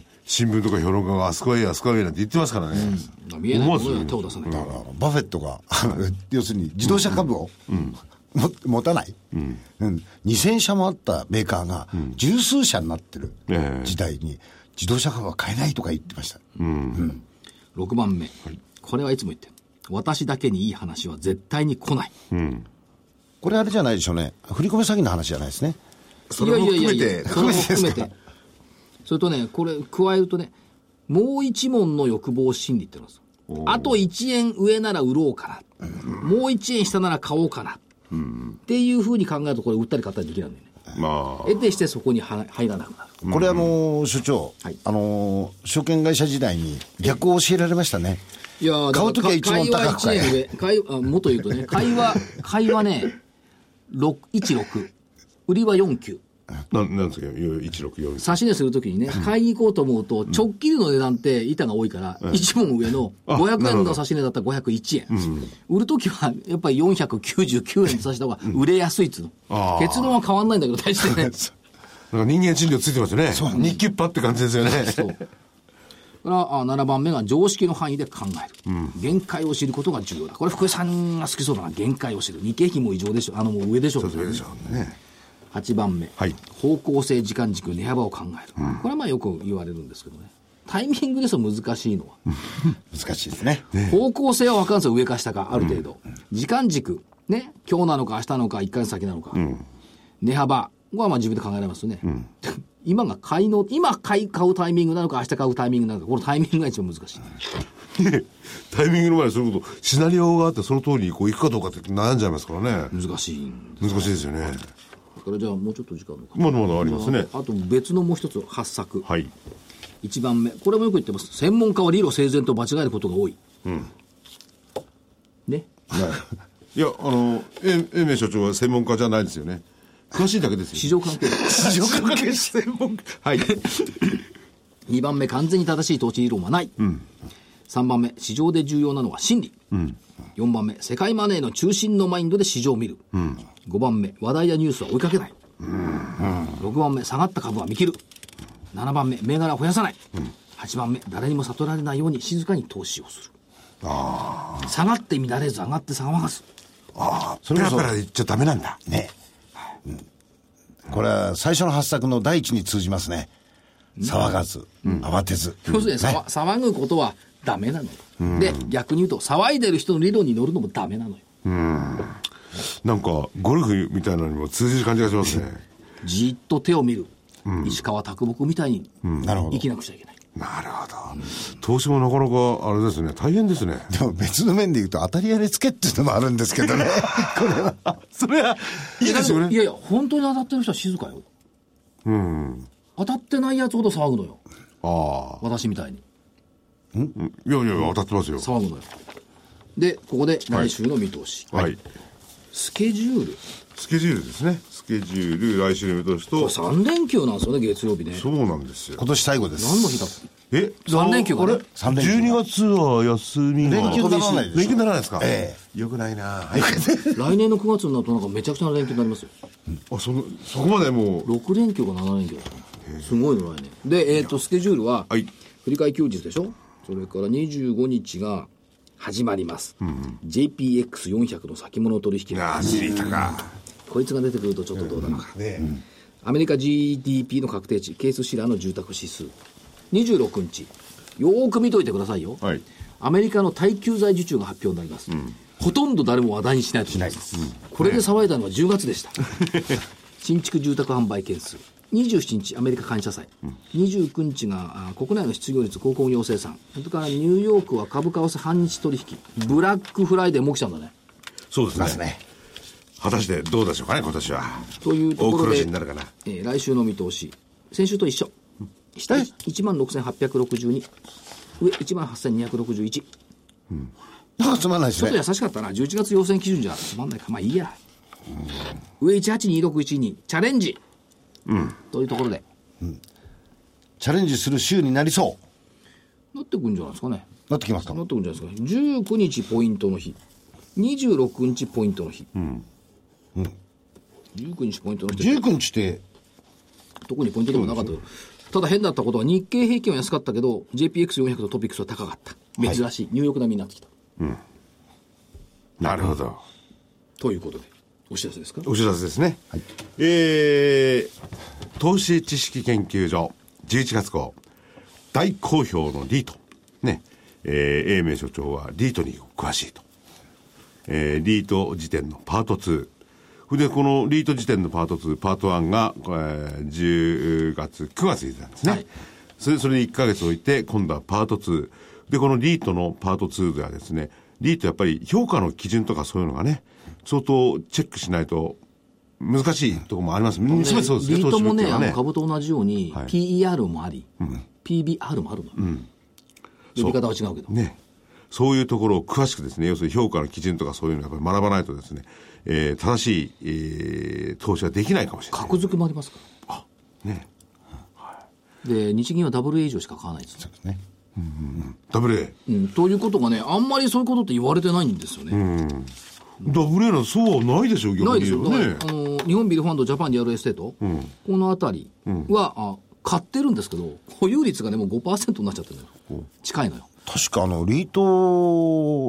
[SPEAKER 4] え新聞とか評論家があそこがいい、あそこがいいなんて言ってますからね。
[SPEAKER 1] だから見えないものには手を出さない。
[SPEAKER 3] だからバフェットが、 [LAUGHS] あの要するに自動車株を、も持たない、うん2000社もあったメーカーが、十数社になってる
[SPEAKER 4] ええ
[SPEAKER 3] 時代に、自動車株は買えないとか言ってました。
[SPEAKER 1] 6番目、これはいつも言ってる私だけにいい話は絶対に来ない、
[SPEAKER 3] これあれじゃないでしょうね。振り込め詐欺の話じゃないですね。
[SPEAKER 5] それも含め
[SPEAKER 1] いやいやいやい
[SPEAKER 5] て
[SPEAKER 1] や、それも
[SPEAKER 5] です
[SPEAKER 1] 含め
[SPEAKER 5] か
[SPEAKER 1] てそれとねこれ加えるとねもう一問の欲望心理ってのがあるんですよあと1円上なら売ろうかな、もう1円下なら買おうかな、っていうふうに考えるとこれ売ったり買ったりできないんだよね
[SPEAKER 4] まあ、
[SPEAKER 1] 得てしてそこには入らなくなる
[SPEAKER 3] これあのー所長、
[SPEAKER 1] はい
[SPEAKER 3] あのー証券会社時代に逆を教えられましたね。
[SPEAKER 1] いやー
[SPEAKER 3] 買う
[SPEAKER 1] だ
[SPEAKER 3] とき
[SPEAKER 1] か
[SPEAKER 3] は
[SPEAKER 1] ら
[SPEAKER 3] 一問高く
[SPEAKER 1] 会話1
[SPEAKER 3] 買
[SPEAKER 1] 円上
[SPEAKER 3] え。
[SPEAKER 1] 会あもっと言うとね会話会話ね6 16売りは49
[SPEAKER 4] ななんですか、1643。
[SPEAKER 1] 指値するときにね、買いに行こうと思うと、直近の値段って板が多いから、一問上の
[SPEAKER 4] あ
[SPEAKER 1] 500
[SPEAKER 4] なるほ
[SPEAKER 1] 円
[SPEAKER 4] ど
[SPEAKER 1] の指値だったら501円。売るときは、やっぱり499円にさせた方が売れやすいっつうの。
[SPEAKER 4] あー
[SPEAKER 1] 結論は変わんないんだけど、大
[SPEAKER 4] [LAUGHS]
[SPEAKER 1] してね。
[SPEAKER 4] [LAUGHS] なんか人間賃料ついてますよね。日給パって感じですよね。
[SPEAKER 1] そう。それはあ7番目が常識の範囲で考える、限界を知ることが重要だこれ福井さんが好きそうだな限界を知る日経平均も異常でしょあのもう上でしょう、
[SPEAKER 4] でしょうね。
[SPEAKER 1] 8番目、
[SPEAKER 7] はい
[SPEAKER 1] 方向性時間軸値幅を考える、これはまあよく言われるんですけどねタイミングですよ難しいのは、
[SPEAKER 3] 難しいですね。
[SPEAKER 1] 方向性は分かるんですよ上か下かある程度、時間軸ね今日なのか明日なのか1ヶ月先なのか、値幅はまあ自分で考えられますよね、 [LAUGHS] 今が買いの今買い買うタイミングなのか明日買うタイミングなのかこのタイミングが一番難しい、
[SPEAKER 4] タイミングの前にそういうこと、シナリオがあってその通りにこう行くかどうかって悩んじゃいますからね。
[SPEAKER 1] 難しいん
[SPEAKER 4] 難しいですよね。
[SPEAKER 1] これじゃあもうちょっと時間のか
[SPEAKER 7] まだまだありますね。
[SPEAKER 1] あと別のもう一つ発作、
[SPEAKER 7] はい。
[SPEAKER 1] 一番目これもよく言ってます専門家は理路整然と間違えることが多い、ね
[SPEAKER 7] いや、あの、え英明所長は専門家じゃないですよね。詳しいだけです
[SPEAKER 1] 市
[SPEAKER 7] よ。
[SPEAKER 1] 場関係
[SPEAKER 3] 市場関係専門家。
[SPEAKER 7] はい。
[SPEAKER 1] 2番目完全に正しい投資理論はない、3番目市場で重要なのは心理、4番目世界マネーの中心のマインドで市場を見る、5番目話題やニュースは追いかけない、6番目下がった株は見切る7番目銘柄を増やさない、8番目誰にも悟られないように静かに投資をする下がって乱れず上がって騒がず
[SPEAKER 4] ああ、それペラペラ言っちゃダメなんだ。
[SPEAKER 3] ね。これは最初の発作の第一に通じますね。騒がず、慌てず。
[SPEAKER 1] 要するに騒,、騒ぐことはダメなのよ、で逆に言うと騒いでる人の理論に乗るのもダメなのよ
[SPEAKER 4] なんか、ゴルフみたいなのにも通じる感じがしますね。
[SPEAKER 1] じーっと手を見る、石川啄木みたいに
[SPEAKER 3] なるほど
[SPEAKER 1] 生きなくちゃいけない、
[SPEAKER 4] なるほど。投資もなかなか、あれですね、大変ですね。
[SPEAKER 3] でも別の面で言うと当たり屋れつけっていうのもあるんですけどね。これは。
[SPEAKER 4] それは、いいですよ
[SPEAKER 1] だけど
[SPEAKER 4] ね。
[SPEAKER 1] やいや本当に当たってる人は静かよ、当たってないやつほど騒ぐのよ
[SPEAKER 4] ああ。
[SPEAKER 1] 私みたいに
[SPEAKER 4] いやいや、当たってますよ。
[SPEAKER 1] 騒ぐのよでここで来週の見通し、
[SPEAKER 4] はい。
[SPEAKER 1] スケジュール
[SPEAKER 4] スケジュールですね。スケジュール、来週の見通し
[SPEAKER 1] ことれ、3連休なんですよね月曜日ね
[SPEAKER 4] そうなんですよ。
[SPEAKER 3] [LAUGHS] 今年最後です。
[SPEAKER 1] 何の日だっけ
[SPEAKER 4] え
[SPEAKER 1] 三連休がね
[SPEAKER 4] あれ
[SPEAKER 3] 三連休
[SPEAKER 4] ?12 月は休みが
[SPEAKER 3] 連休にならないで
[SPEAKER 4] 連休
[SPEAKER 3] しょ
[SPEAKER 4] にならないですか
[SPEAKER 3] え
[SPEAKER 4] よくないなはい。
[SPEAKER 1] 来年の9月になるとなんかめちゃくちゃな連休になりますよ
[SPEAKER 4] あ、その、そこまでもう、
[SPEAKER 1] 6連休か7連休だったすごいの来年で、えー、とスケジュールは、
[SPEAKER 4] はい
[SPEAKER 1] 振り替え休日でしょそれから25日が始まります、JPX400 の先物取引
[SPEAKER 4] あ、知りたか。
[SPEAKER 1] こいつが出てくるとちょっとどうだろうか、アメリカ GDP の確定値ケースシラーの住宅指数26日よーく見といてくださいよ、
[SPEAKER 7] はい
[SPEAKER 1] アメリカの耐久財受注が発表になります、ほとんど誰も話題にしないと思います、これで騒いだのは10月 [LAUGHS] でした新築住宅販売件数27日アメリカ感謝祭、29日があ国内の失業率高校業生産それからニューヨークは株為替半日取引ブラックフライデーも起きちゃうんだね
[SPEAKER 4] そうで
[SPEAKER 3] ますす
[SPEAKER 4] ね。
[SPEAKER 3] ね。
[SPEAKER 4] 果たしてどうでしょうかね、今年は。
[SPEAKER 1] というところ
[SPEAKER 4] 大黒
[SPEAKER 1] で、
[SPEAKER 4] 字になるかな
[SPEAKER 1] えー来週の見通し、先週と一緒。下1万6862、上1万8261。ち
[SPEAKER 3] なんかつまんないです
[SPEAKER 1] ょっと
[SPEAKER 3] ね。
[SPEAKER 1] 優しかったな。11月要請基準じゃつまんないか。まあいいや。上182612、チャレンジ。というところで、
[SPEAKER 3] チャレンジする週になりそ
[SPEAKER 1] なってくんじゃないですかね。
[SPEAKER 3] う。なってきますか
[SPEAKER 1] なってくんじゃないですか。19日ポイントの日。26日ポイントの日。19日ポイントの日って。
[SPEAKER 3] 19日って、
[SPEAKER 1] 特にポイントでもなかったけど、ただ変だったことは日経平均は安かったけど、JPX400 とトピックスは高かった。珍しい、ニューヨーク並みになってきた。
[SPEAKER 4] なるほど。
[SPEAKER 1] ということで、お知らせですか
[SPEAKER 4] お知らせですね。えー、投資知識研究所、11月号、大好評のリート。ね。えー、英明所長はリートに詳しいと。えー、リート辞典のパート2。それで、このリート辞典のパート2、パート1が、えー、10月、9月に出たんですね。
[SPEAKER 1] はい
[SPEAKER 4] それ、それに1ヶ月置いて、今度はパート2。で、このリートのパート2ではですね、リートやっぱり評価の基準とかそういうのがね、相当チェックしないと難しいところもあります。全てそうですね、
[SPEAKER 1] リートも
[SPEAKER 4] 投資物件
[SPEAKER 1] ね、
[SPEAKER 4] は
[SPEAKER 1] あの株と同じように、PER もあり、PBR もあるのよ、呼び方は違うけど。
[SPEAKER 4] ね、そういうところを詳しくですね、要するに評価の基準とかそういうのをやっぱり学ばないとですね、えー正しい、えー投資はできないかもしれない。
[SPEAKER 1] 格付けもありますから。
[SPEAKER 4] ね
[SPEAKER 1] で、日銀は WA 以上しか買わないです。
[SPEAKER 3] ね。
[SPEAKER 4] ダブル
[SPEAKER 1] う
[SPEAKER 4] A。
[SPEAKER 1] ん、ということがね、あんまりそういうことって言われてないんですよね。
[SPEAKER 4] ダブル A のそうはないでしょう、逆
[SPEAKER 1] ない
[SPEAKER 4] に
[SPEAKER 1] です
[SPEAKER 4] 言
[SPEAKER 1] よ、
[SPEAKER 4] え
[SPEAKER 1] だ
[SPEAKER 4] ば
[SPEAKER 1] から
[SPEAKER 4] ね。
[SPEAKER 1] あの日本ビルファンド、ジャパンリアルエステート、この辺りは、あ買ってるんですけど、保有率がね、もう5%になっちゃってるのよ。近いのよ。
[SPEAKER 3] 確かあの、リー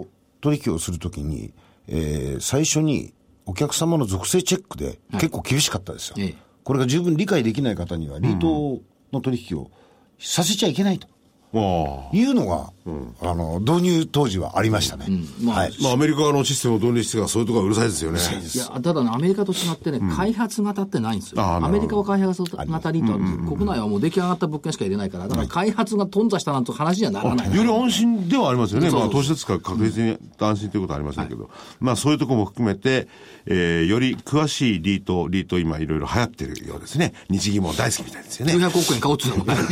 [SPEAKER 3] ト取引をするときに、えー最初にお客様の属性チェックで結構厳しかったですよ。
[SPEAKER 1] ええ
[SPEAKER 3] これが十分理解できない方には、リートの取引をさせちゃいけないと
[SPEAKER 4] ああ。
[SPEAKER 3] いうのが、あの、導入当時はありましたね。
[SPEAKER 1] まあ
[SPEAKER 3] はい。
[SPEAKER 5] まあ、アメリカのシステムを導入してから、そういうところはうるさいですよね。
[SPEAKER 1] いや、ただね、アメリカと違ってね、開発型ってないんですよ。
[SPEAKER 4] あーなるほど
[SPEAKER 1] アメリカは開発型リートあるんですけど国内はもう出来上がった物件しか入れないから、だから開発が頓挫したなんて話にはならない。
[SPEAKER 4] より安心ではありますよね。
[SPEAKER 1] そう
[SPEAKER 4] ま
[SPEAKER 1] そ
[SPEAKER 4] あ、
[SPEAKER 1] うそう
[SPEAKER 4] 投資ですから確実に安心ということはありませんけど。まあ、そういうところも含めて、えー、より詳しいリート、リート今いろいろ流行ってるようですね。日銀も大好きみたいですよね。
[SPEAKER 1] 900億円買おうって言
[SPEAKER 4] [LAUGHS]
[SPEAKER 1] ったもんね。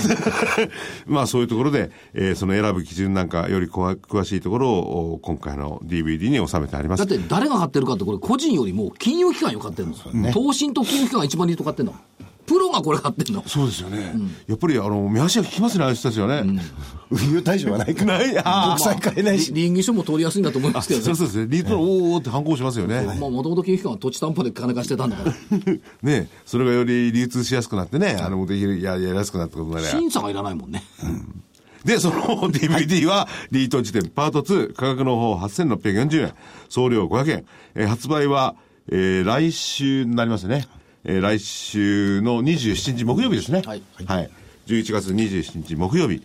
[SPEAKER 4] まあそういうところで、えーその選ぶ基準なんかよりこわ詳しいところをお今回の DVD に収めてありま
[SPEAKER 1] だ
[SPEAKER 4] す。
[SPEAKER 1] って誰が買ってるかって、これ個人よりも金融機関よ買ってるんですよ。投信と金融機関が一番リート買ってんの。プロがこれ買ってん
[SPEAKER 4] [LAUGHS]
[SPEAKER 1] の。
[SPEAKER 4] そうですよね。やっぱりあの、目足が効きますね、あの人たちはね。
[SPEAKER 3] 運用対象はないから。
[SPEAKER 4] ないあー
[SPEAKER 3] 国債買えないし。
[SPEAKER 1] り倫理書も通りやすいんだと思いますけ
[SPEAKER 4] そ
[SPEAKER 1] ど
[SPEAKER 4] う
[SPEAKER 1] ね。
[SPEAKER 4] そうですね。リートのおーおーって反抗しますよ [LAUGHS] ね。
[SPEAKER 1] まあ、もともと金融機関は土地担保で金貸してたんだから。
[SPEAKER 4] [LAUGHS] ねそれがより流通しやすくなってね、あの、できる、ややりやすくなったことになれば
[SPEAKER 1] 審査がいらないもんね。
[SPEAKER 4] で、その DVD は、リート時点パート2、価格の方8640円、送料500円。えー発売は、えー来週になりますね。えー来週の27日木曜日ですね。
[SPEAKER 1] はい
[SPEAKER 4] はい。11月27日木曜日。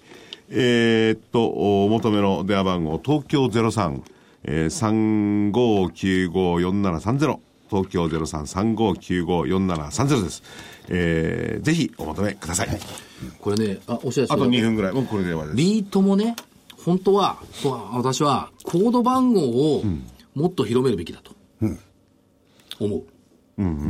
[SPEAKER 4] えーっと、お求めの電話番号、東京03、えー、3595-4730。東京03-3595-4730です。えーぜひお求めください。
[SPEAKER 1] これね、あ、おっしゃる
[SPEAKER 4] あと2分ぐらい。もうこれで終わりです。
[SPEAKER 1] リートもね、本当は、そう私はコード番号をもっと広めるべきだと、思う。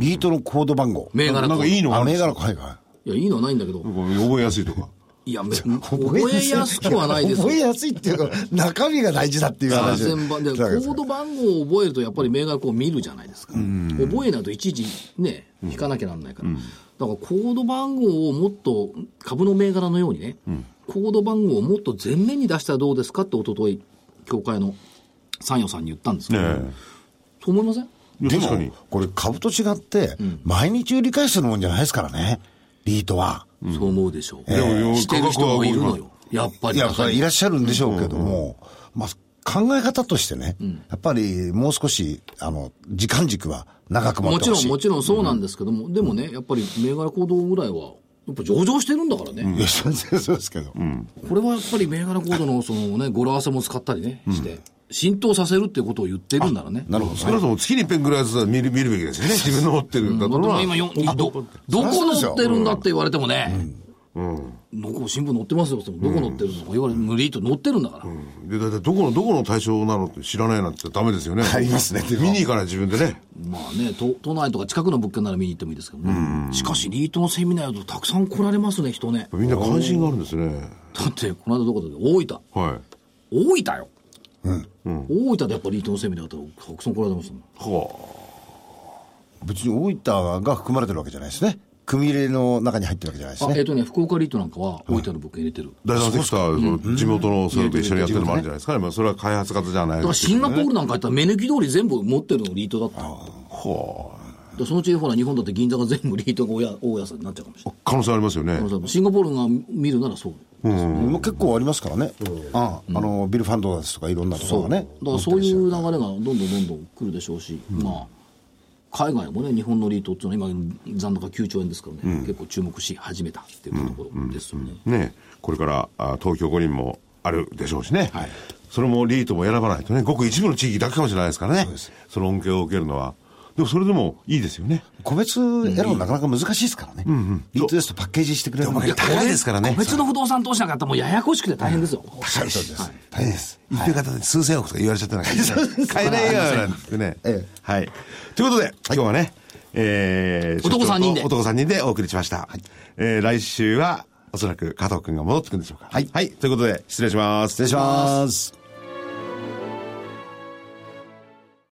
[SPEAKER 3] リートのコード番号。
[SPEAKER 1] 銘柄
[SPEAKER 4] な
[SPEAKER 1] コード。
[SPEAKER 4] んかいいのがあ
[SPEAKER 3] あ、
[SPEAKER 4] るんで
[SPEAKER 3] 銘
[SPEAKER 4] すか
[SPEAKER 3] 柄か、はいはい。
[SPEAKER 1] いや、いいのはないんだけど、
[SPEAKER 4] 覚えやすいとか。
[SPEAKER 1] い
[SPEAKER 4] [LAUGHS]
[SPEAKER 1] や、め覚えやすくはないですよ
[SPEAKER 3] 覚えやすいっていうか、中身が大事だっていう話で。
[SPEAKER 1] 3000番で、コ
[SPEAKER 3] だから
[SPEAKER 1] ード番号を覚えると、やっぱり銘柄こう見るじゃないですか。覚えないと一時ね、引かなきゃなんないから。だからコード番号をもっと、株の銘柄のようにね、コード番号をもっと前面に出したらどうですかって、一昨日協会の三与さんに言ったんですけど、そう思いません
[SPEAKER 4] い
[SPEAKER 3] で
[SPEAKER 4] や確かに
[SPEAKER 3] も。、これ株と違って、毎日売り返するもんじゃないですからね、リートは。
[SPEAKER 1] そう思うでしょう。
[SPEAKER 4] でもよ
[SPEAKER 1] してる人もいるのよ。やっぱ
[SPEAKER 3] い
[SPEAKER 1] り
[SPEAKER 3] や、そ
[SPEAKER 1] 中
[SPEAKER 3] れ
[SPEAKER 1] に
[SPEAKER 3] いらっしゃるんでしょうけども、まあ、考え方としてね、やっぱりもう少し、あの、時間軸は長く持
[SPEAKER 1] も
[SPEAKER 3] って
[SPEAKER 1] ち
[SPEAKER 3] ほ
[SPEAKER 1] ろ
[SPEAKER 3] し
[SPEAKER 1] ん、
[SPEAKER 3] い。
[SPEAKER 1] もちろんそうなんですけども、でもね、やっぱり銘柄行動ぐらいは、やっぱ上場してるんだからね。
[SPEAKER 3] いや、それそうですけど。
[SPEAKER 1] これはやっぱり銘柄コードのそのね、語呂合わせも使ったりね、して、浸透させるっていうことを言ってるんならね。
[SPEAKER 3] なるほど。
[SPEAKER 4] 少なくとも月に一遍ぐらいずつは見る見るべきですよね。自分の持ってるんだ
[SPEAKER 1] だ
[SPEAKER 4] と
[SPEAKER 1] ってもう
[SPEAKER 4] は。
[SPEAKER 1] 今よ、ど、どこ乗ってるんだって言われてもね、どこ新聞載ってますよ、そのどこ載ってるのとか言われて、無理と載ってるんだから。
[SPEAKER 4] で、だいたいどこの、どこの対象なのって知らないなんてダメですよね。
[SPEAKER 3] ありますねでも
[SPEAKER 4] 見に行かない自分でね。
[SPEAKER 1] まあね、都都内とか近くの物件なら見に行ってもいいですけどね。しかし、リートのセミナーだとたくさん来られますね、人ね。
[SPEAKER 4] みんな関心があるんですね。
[SPEAKER 1] だって、この間どこだっけ大分。
[SPEAKER 4] はい。
[SPEAKER 1] 大分よ。大分でやっぱり伊藤セミナーだったら、たくさん来られてますもん
[SPEAKER 4] は
[SPEAKER 3] 別に大分が含まれてるわけじゃないですね。組入れの中に入ってるわけじゃないです
[SPEAKER 1] あ、えっ、
[SPEAKER 3] ね。
[SPEAKER 1] とね、福岡リートなんかは大分の物件入れてる。
[SPEAKER 4] 第三セクター、その地元のそれと一緒にやってるのもあるんじゃないですかね。まあ、それは開発型じゃない
[SPEAKER 1] だか
[SPEAKER 4] で
[SPEAKER 1] ら
[SPEAKER 4] す
[SPEAKER 1] シ
[SPEAKER 4] け
[SPEAKER 1] ンガ
[SPEAKER 4] どね
[SPEAKER 1] ポールなんかやったら目抜き通り全部持ってるのリートだった。
[SPEAKER 4] はあ
[SPEAKER 1] でそのうちほら日本だって銀座が全部リートが大家大家さんになっちゃうかもしれ
[SPEAKER 4] 可能性ありますよね。
[SPEAKER 1] ない。シンガポールが見るならそう。
[SPEAKER 3] もう結構ありますからね。ああの、ビルファンドですとかいろんなところが
[SPEAKER 1] だ
[SPEAKER 3] ね。
[SPEAKER 1] からそういう流れがどんどんどんどん来るでしょうし、まあ、海外もね、日本のリートっていうのは今、残高9兆円ですからね、結構注目し始めたっていうところですよね。
[SPEAKER 4] ね、これからあ東京五輪もあるでしょうしね、それもリートも選ばないとね、ごく一部の地域だけかもしれないですからね、その恩恵を受けるのは、でもそれでもいいですよね。
[SPEAKER 3] 個別選ぶのなかなか難しいですからね。リートですとパッケージしてくれるのが
[SPEAKER 4] でもね高いですからね
[SPEAKER 1] 個別の不動産投資なんかやったらもうややこしくて大変ですよ。
[SPEAKER 3] 高いです。大変です。
[SPEAKER 4] 一平方で数千億とか言われちゃってなんか、買えないよなんてね。
[SPEAKER 3] ええ
[SPEAKER 4] はい。ということで、今日はね、えー、
[SPEAKER 1] 男三人で
[SPEAKER 4] 所長と男3人でお送りしました。えー来週は、おそらく加藤くんが戻ってくるんでしょうか。はい。はい。ということで、失礼します。
[SPEAKER 3] 失礼します。